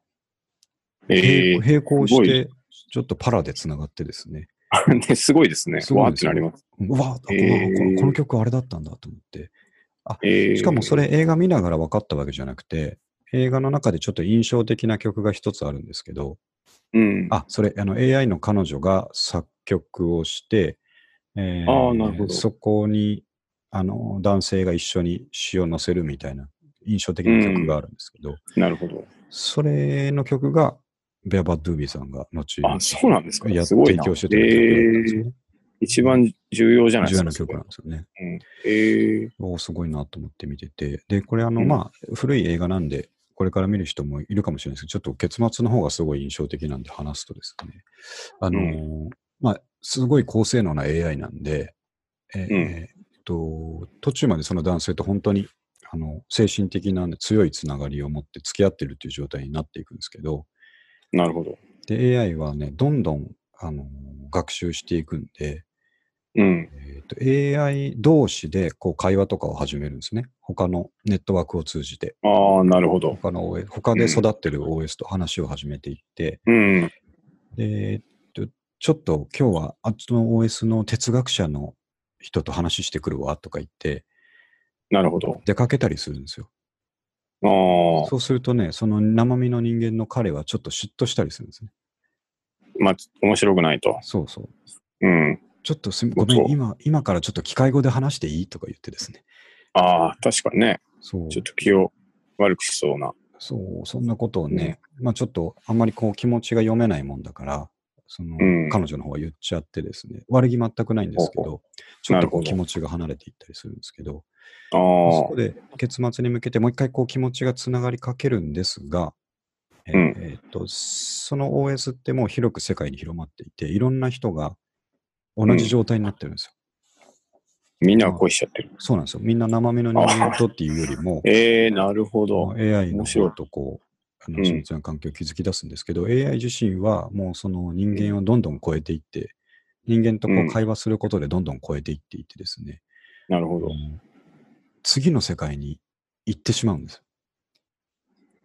S2: ええ
S1: 並並行
S2: す
S1: し
S2: ご
S1: て
S2: い、
S1: ちょっとパラでつながってですね、
S2: ねすごいですね。
S1: すご
S2: わ
S1: い
S2: ー
S1: で
S2: っ
S1: す
S2: て
S1: よ
S2: なります。
S1: うわあこの
S2: えー
S1: このこの曲あれだったんだと思って、
S2: ええ
S1: しかもそ
S2: れ。
S1: れ映画見ながら分かったわけじゃなくて、映画の中でちょっと印象的な曲が一つあるんですけど、
S2: うん。
S1: あ、それ、あの AI の彼女が作曲をして、えー
S2: あーなるほど
S1: そこに、あの、男性が一緒に詩を載せるみたいな印象的な曲があるんですけど、
S2: なるほど。
S1: それの曲が、ベアバッドゥービーさんが後に
S2: あ、そうなんですか。
S1: やっ
S2: すご
S1: 提
S2: いな。
S1: 供してた曲なんですよ
S2: ええ
S1: ね。
S2: 一番重要じゃない
S1: 重
S2: で
S1: 要
S2: す
S1: な曲
S2: か。
S1: なんですよね。
S2: ええ
S1: おーすごいなと思って見てて、で、これ、あの、
S2: うん
S1: まあ、古い映画なんで、これから見る人もいるかもしれないですけど、ちょっと結末の方がすごい印象的なんで話すとですね、あのーまあ、すごい高性能な AI なんで、えー
S2: うん
S1: えーっと、途中までその男性と本当に、あの、精神的な強いつながりを持って付き合ってるっていう状態になっていくんですけど、
S2: なるほど。
S1: で、AI はね、どんどん、あのー学習していくんで、
S2: うん。
S1: えーと AI 同士でこう会話とかを始めるんですね。他のネットワークを通じて、
S2: ああ、なるほど。
S1: 他の OS 他で育ってる OS と話を始めていって、
S2: うん。
S1: でえっとちょっと今日はあっちの OS の哲学者の人と話してくるわとか言って、
S2: なるほど。
S1: 出かけたりするんですよ。
S2: ああ、
S1: そうするとね、その生身の人間の彼はちょっと嫉妬したりするんですね。
S2: まあ、面白くないと。
S1: そうそう。
S2: うん。
S1: ちょっとすみご
S2: そう
S1: めん、今、今からちょっと機械語で話していいとか言ってですね。
S2: ああ、確かにね。
S1: そう。
S2: ちょっと気を悪くしそうな。
S1: そう、そんなことをね、まあちょっとあんまりこう気持ちが読めないもんだから、その、
S2: うん
S1: 彼女の方は言っちゃってですね、悪気全くないんですけ
S2: ほう
S1: ど、ちょっとこう
S2: なるほど
S1: 気持ちが離れていったりするんですけど、
S2: あ
S1: そ
S2: あ
S1: こ、で結末に向けてもう一回こう気持ちがつながりかけるんですが、えー
S2: うん
S1: えーっとその OS ってもう広く世界に広まっていて、いろんな人が同じ状態になってるんですよ。
S2: みんなが恋しちゃってる。
S1: そうなんですよ。みんな生身の人間とっていうよりも、
S2: ええなるほど。
S1: まあ AI の
S2: 面白
S1: 方
S2: い
S1: とこう、あ
S2: う
S1: の
S2: ん
S1: 緻密な関係を築き出すんですけど、AI 自身はもうその人間をどんどん超えていって、人間とこ
S2: うん
S1: う会話することでどんどん超えていっていってですね、
S2: なるほど。
S1: うん次の世界に行ってしまうんです。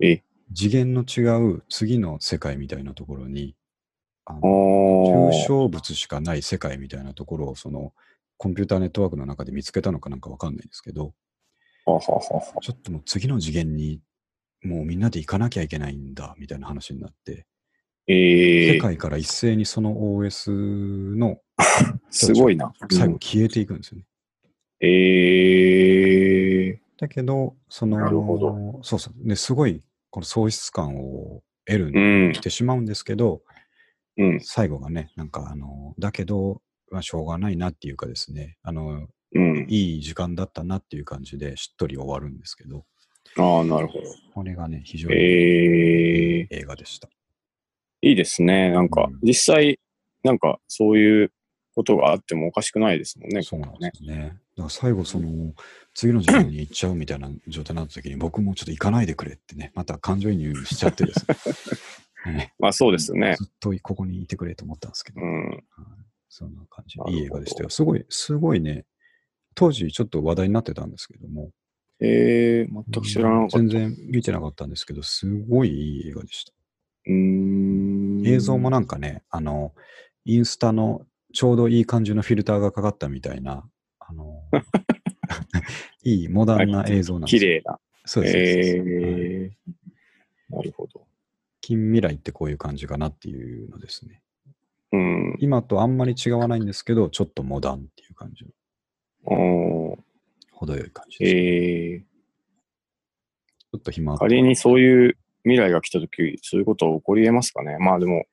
S2: え
S1: 次元の違う次の世界みたいなところに、あ
S2: ああ
S1: の、抽象物しかない世界みたいなところをそのコンピューターネットワークの中で見つけたのかなんかわかんないですけど、
S2: はははは。
S1: ちょっともう次の次元にもうみんなで行かなきゃいけないんだみたいな話になって、
S2: ええ
S1: 世界から一斉にその OS の
S2: すごいな。
S1: 最後消えていくんですよね。
S2: ええ
S1: だけど、その、
S2: なるほど
S1: そうそう、ね、すごいこの喪失感を得る
S2: うんん
S1: し。てしまうんですけど、
S2: うん。
S1: 最後がね、なんかあの、だけど、まあ、しょうがないなっていうかですね、あの、
S2: うん。
S1: いい時間だったなっていう感じでしっとり終わるんですけど、
S2: ああ、なるほど。
S1: これがね、非常に
S2: ええ
S1: 映画でした。
S2: いいですね。なんか、
S1: うん
S2: 実際、なんか、そういうことがあってもおかしくないですもんね。
S1: そうなんですよね。だから最後、その、次の時間に行っちゃうみたいな状態になった時に、僕もちょっと行かないでくれってね、また感情移入しちゃってです ね。ね
S2: まあ、そうですよね。
S1: ずっとここにいてくれと思ったんですけど、
S2: うん。
S1: そんな感じ
S2: なるほ
S1: で。い
S2: ど
S1: い映画でしたよ。すごい、すごいね、当時ちょっと話題になってたんですけども、
S2: ええ全く知らなかった。
S1: 全然見てなかったんですけど、すごいいい映画でした。
S2: うーん。
S1: 映像もなんかね、あの、インスタのちょうどいい感じのフィルターがかかったみたいな、あ の、いいモダンな映像なんです
S2: 綺
S1: よ
S2: 麗な。
S1: そうです
S2: ええ
S1: そうですはい
S2: なるほど。
S1: 近未来ってこういう感じかなっていうのですね。
S2: うん。
S1: 今とあんまり違わないんですけど、ちょっとモダンっていう感じの、
S2: おー
S1: 程よい感じです。
S2: ええ
S1: ちょっと暇あったら
S2: 仮にそういう未来が来たとき、そういうことは起こり得ますかね。まあでも、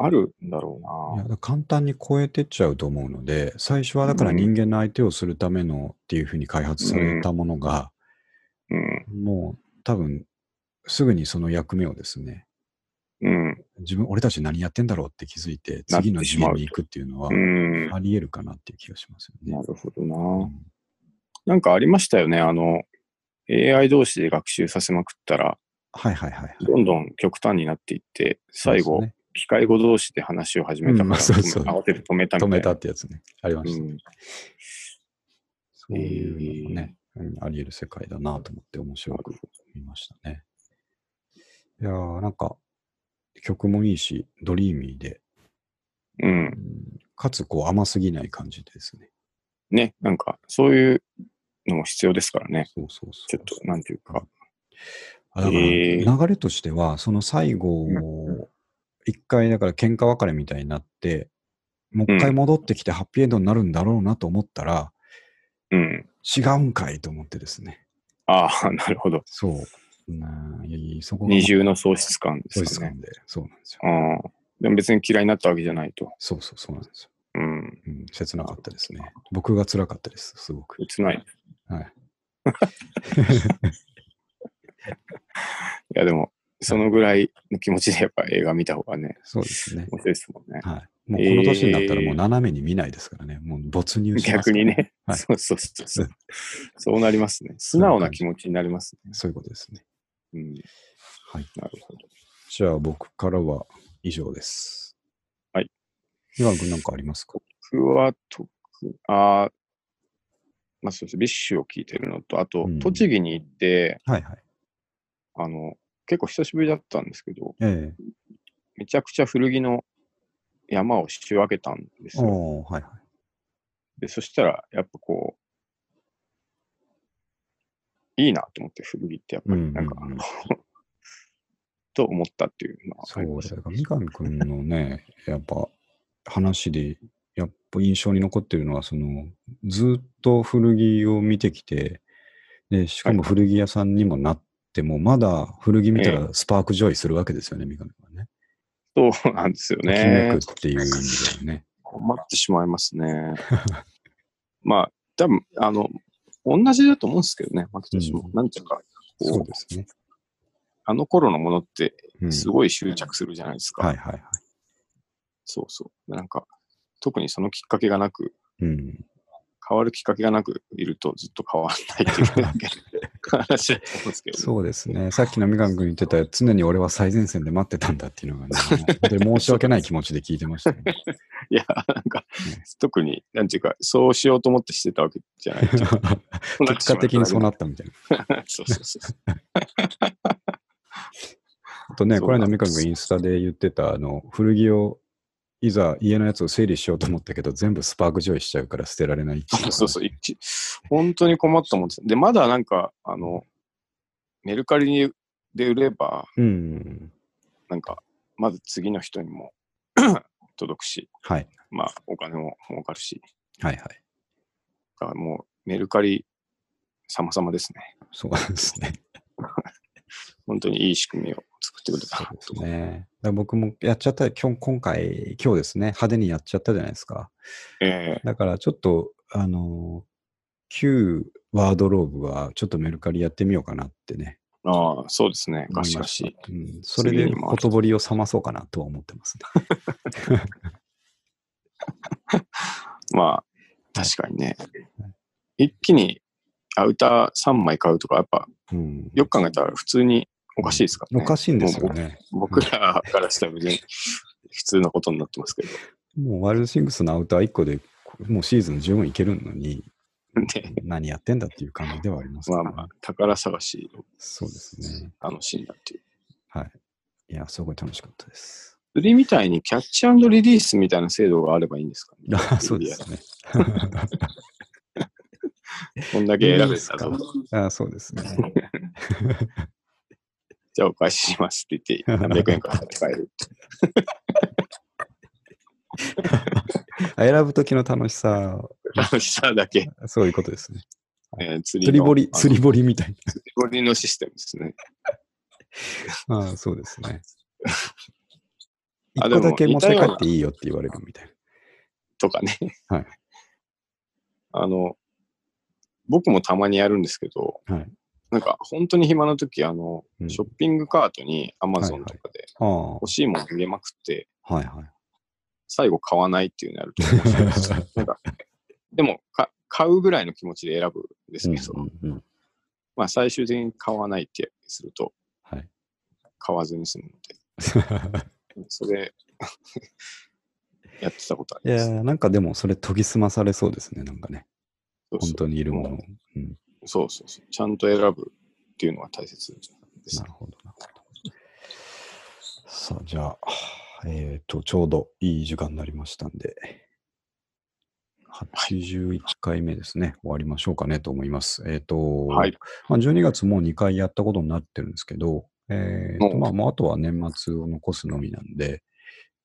S2: あるんだろ
S1: いうやだ
S2: な。
S1: から簡単に超えてっちゃうと思うので、最初はだから人間の相手をするためのっていうふうに開発されたものが、
S2: うん。
S1: もう多分すぐにその役目をですね、
S2: うん。
S1: 自分、俺たち何やってんだろうって気づいて、
S2: なって
S1: 次の次
S2: しま
S1: 元
S2: うと
S1: に行くっていうのは
S2: うん。
S1: あり得るかなっていう気がしますよ
S2: な
S1: ね。
S2: るほど
S1: う
S2: な。
S1: ん
S2: なんかありましたよね。あの、AI 同士で学習させまくったら、
S1: はいはいはいはい。
S2: どんどん極端になっていって、最
S1: そう
S2: 後
S1: で、すね
S2: 機械語同士で話を始めた
S1: うん
S2: か
S1: ま
S2: ら、
S1: あそうそう
S2: 慌てて止めたみた
S1: 止
S2: いな。
S1: めたってやつね。ありました。
S2: うん
S1: そういうのもね、うんあり得る世界だなと思って面白く見ましたね。いやー、なんか、曲もいいし、ドリーミーで、
S2: うん
S1: う。んかつこう甘すぎない感じですね。
S2: ね、なんか、そういうのも必要ですからね。
S1: そうそうそう。
S2: ちょっと、なんていうか。
S1: あだから
S2: え
S1: 流れとしては、その最後
S2: うんう
S1: を、一回、だから喧嘩別れみたいになって、もう一回戻ってきてハッピーエンドになるんだろうなと思ったら、
S2: うん。
S1: 違うんかいと思ってですね。
S2: ああ、なるほど。
S1: そう。なあいやそこが
S2: 二重の喪失感で
S1: そうですす
S2: かね。
S1: で。そうなんですよ。
S2: ああ。でも別に嫌いになったわけじゃないと。
S1: そうそうそうなんですよ。
S2: うん。
S1: うん、切なかったですね。僕が辛かったです、すごく。
S2: 切ない。
S1: はい。
S2: いや、でも、そのぐらいの気持ちでやっぱ映画見た方がね、
S1: そうですね。
S2: 面白いですもんね。
S1: はい。もうこの年になったらもう斜めに見ないですからね。もう没入しますか
S2: 逆
S1: ら
S2: に。ね。
S1: はい
S2: そうそうそうそう。そうなりますね。素直な気持ちになりますね。
S1: そういうことですね。
S2: うん。
S1: はい。
S2: なるほど。
S1: じゃあ僕からは以上です。
S2: はい。
S1: 岩野君なんかありますか
S2: 僕は特に、ああ、まあそうです。ビッシュを聞いてるのと、あと、
S1: うん
S2: 栃木に行って、
S1: はいはい。
S2: あの、結構久しぶりだったんですけど、
S1: え
S2: めちゃくちゃ古着の山を仕分けたんです
S1: え
S2: よ。
S1: おーはいはい。
S2: で、そしたら、やっぱこう、いいなと思って、古着ってやっぱり、なんか、
S1: うんうんうん
S2: と思ったっていうのはあ
S1: そ
S2: り
S1: う
S2: ま
S1: ですすね。三上君のね、 やっぱ話で、やっぱ印象に残ってるのは、その、ずっと古着を見てきて、で、しかも古着屋さんにもなっても、まだ古着見たらスパークジョイするわけですよね、三上君はね。
S2: そうなんですよ
S1: ときめ
S2: ね。
S1: くっていう意味ではね。
S2: 困ってしまいますね。 まあ、多分あの、同じだと思うんですけどね、まあ私も。
S1: うん
S2: なんていうか、こう
S1: そうですね。
S2: あの頃のものって
S1: うん
S2: すごい執着するじゃないですか。
S1: はいはいはい。
S2: そうそう。なんか、特にそのきっかけがなく、
S1: うん。
S2: 変わるきっかけがなくいるとずっと変わらないっていうだけの話だと思うんですけどね、
S1: そうですね。さっきの三上君言ってた、常に俺は最前線で待ってたんだっていうのがね、本当に申し訳ない気持ちで聞いてました ね。
S2: いや、なんか、特に、なんていうか、そうしようと思ってしてたわけじゃない。
S1: 結果的にそうなったみたいな。
S2: そうそうそう。
S1: あとね、
S2: そう
S1: これは
S2: なん
S1: 三上
S2: です
S1: がインスタで言ってた、あの、古着を、いざ家のやつを整理しようと思ったけど、全部スパーク上位しちゃうから捨てられないってい
S2: そうそうそうう。一本当に困ったもんです。で、まだなんか、あの、メルカリにで売れば、
S1: う。うん。
S2: なんか、まず次の人にも届くし、
S1: はい。
S2: まあ、お金も儲かるし、
S1: はいはい。
S2: だからもう、メルカリ、様々ですね。
S1: そうなんですね。
S2: 本当にいい仕組みを作ってくれたな
S1: そ
S2: と
S1: うですね。だから僕もやっちゃった、今日、今回、今日ですね、派手にやっちゃったじゃないですか。
S2: ええ
S1: だからちょっと、あのー旧ワードローブはちょっとメルカリやってみようかなってね。
S2: ああ、そうですね。ガシガシ
S1: 思い。ましたうん、それで、ほとぼりを冷まそうかなとは思ってますね。
S2: まあ、確かにね。一気にアウター3枚買うとか、やっぱ、
S1: うん、
S2: よく考えたら普通におかしいですからね。
S1: おかしいんですよね。
S2: もう僕僕らからしたら別に 普通のことになってますけど。
S1: もうワイルドシングスのアウター1個で、もうシーズン十分いけるのに、
S2: で、
S1: 何やってんだっていう感じではあります、ね、
S2: まあまあ、宝探し
S1: そうですね。
S2: 楽しいなっていう。
S1: はい。いや、すごい楽しかったです。
S2: 釣りみたいにキャッチリリースみたいな制度があればいいんですかね。
S1: あそうですね。
S2: こんだけ選べた
S1: いい
S2: ぞ
S1: で。 あそうですね。
S2: じゃあお返ししますって 言って、何百円か払って帰る。
S1: 選ぶ時の楽しさ、
S2: 楽しさだけ、
S1: そういうことですね。
S2: えー釣
S1: 釣
S2: り
S1: り
S2: の
S1: 堀、
S2: あの
S1: 釣り堀みたい
S2: 釣りのシステムですね。
S1: な。あそうです ね。
S2: あ
S1: 一個だけ
S2: でも
S1: 持って帰
S2: 似たような
S1: っていいよって言われるみたいな。
S2: とかね。
S1: はい
S2: あの、僕もたまにやるんですけど、
S1: はい
S2: なんか本当に暇な時あの、
S1: うん
S2: ショッピングカートに Amazon とかで
S1: ああ、は
S2: 欲しいもの入れまくって、
S1: いはい。
S2: 最後買わないっていうのやると面白いです。 なんか、でもか、買うぐらいの気持ちで選ぶんですけど、
S1: うんうん
S2: まあ最終的に買わないってすると、
S1: はい。
S2: 買わずに済むので、それ やってたことあ
S1: い
S2: りま
S1: や
S2: す。
S1: ー、なんかでもそれ研ぎ澄まされそうですね、なんかね。
S2: そう
S1: 本
S2: そう
S1: 当にいるものを。うん、
S2: そうそうそう。ちゃんと選ぶっていうのが大切です
S1: な。るほどな。さあ、じゃあ、えっ、と、ちょうどいい時間になりましたんで、81回目ですね、終わりましょうかねと思います。えっ、と、
S2: はい
S1: まあ、12月もう2回やったことになってるんですけど、えーと
S2: うん
S1: まあ、もうあとは年末を残すのみなんで、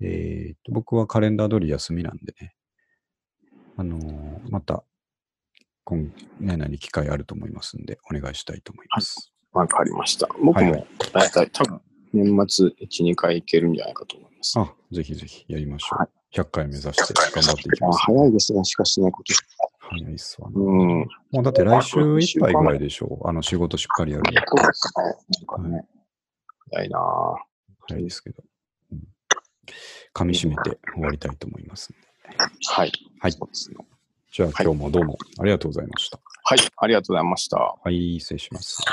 S1: えーと僕はカレンダー通り休みなんでね、あのーまた、今年内に機会あると思いますんで、お願いしたいと思います。
S2: わかりました。僕
S1: はいは
S2: も大体、多分年末1、2回いけるんじゃないかと思います。
S1: あ、ぜひぜひやりましょう。
S2: は
S1: 100回目指して頑張っていきます。
S2: 早いですね、しかしね、今年。
S1: 早いっすわね。
S2: うん。
S1: もうだって来週いっぱいぐらいでしょう。あの仕事しっかりやるの
S2: そうですね。なんかね、早いなぁ。
S1: 早いですけど。うん噛み締めて終わりたいと思います。
S2: はい。
S1: はい
S2: そうですね
S1: じゃあ今日もどうもありがとうございました。
S2: はい、ありがとうございました。
S1: はい、失礼します。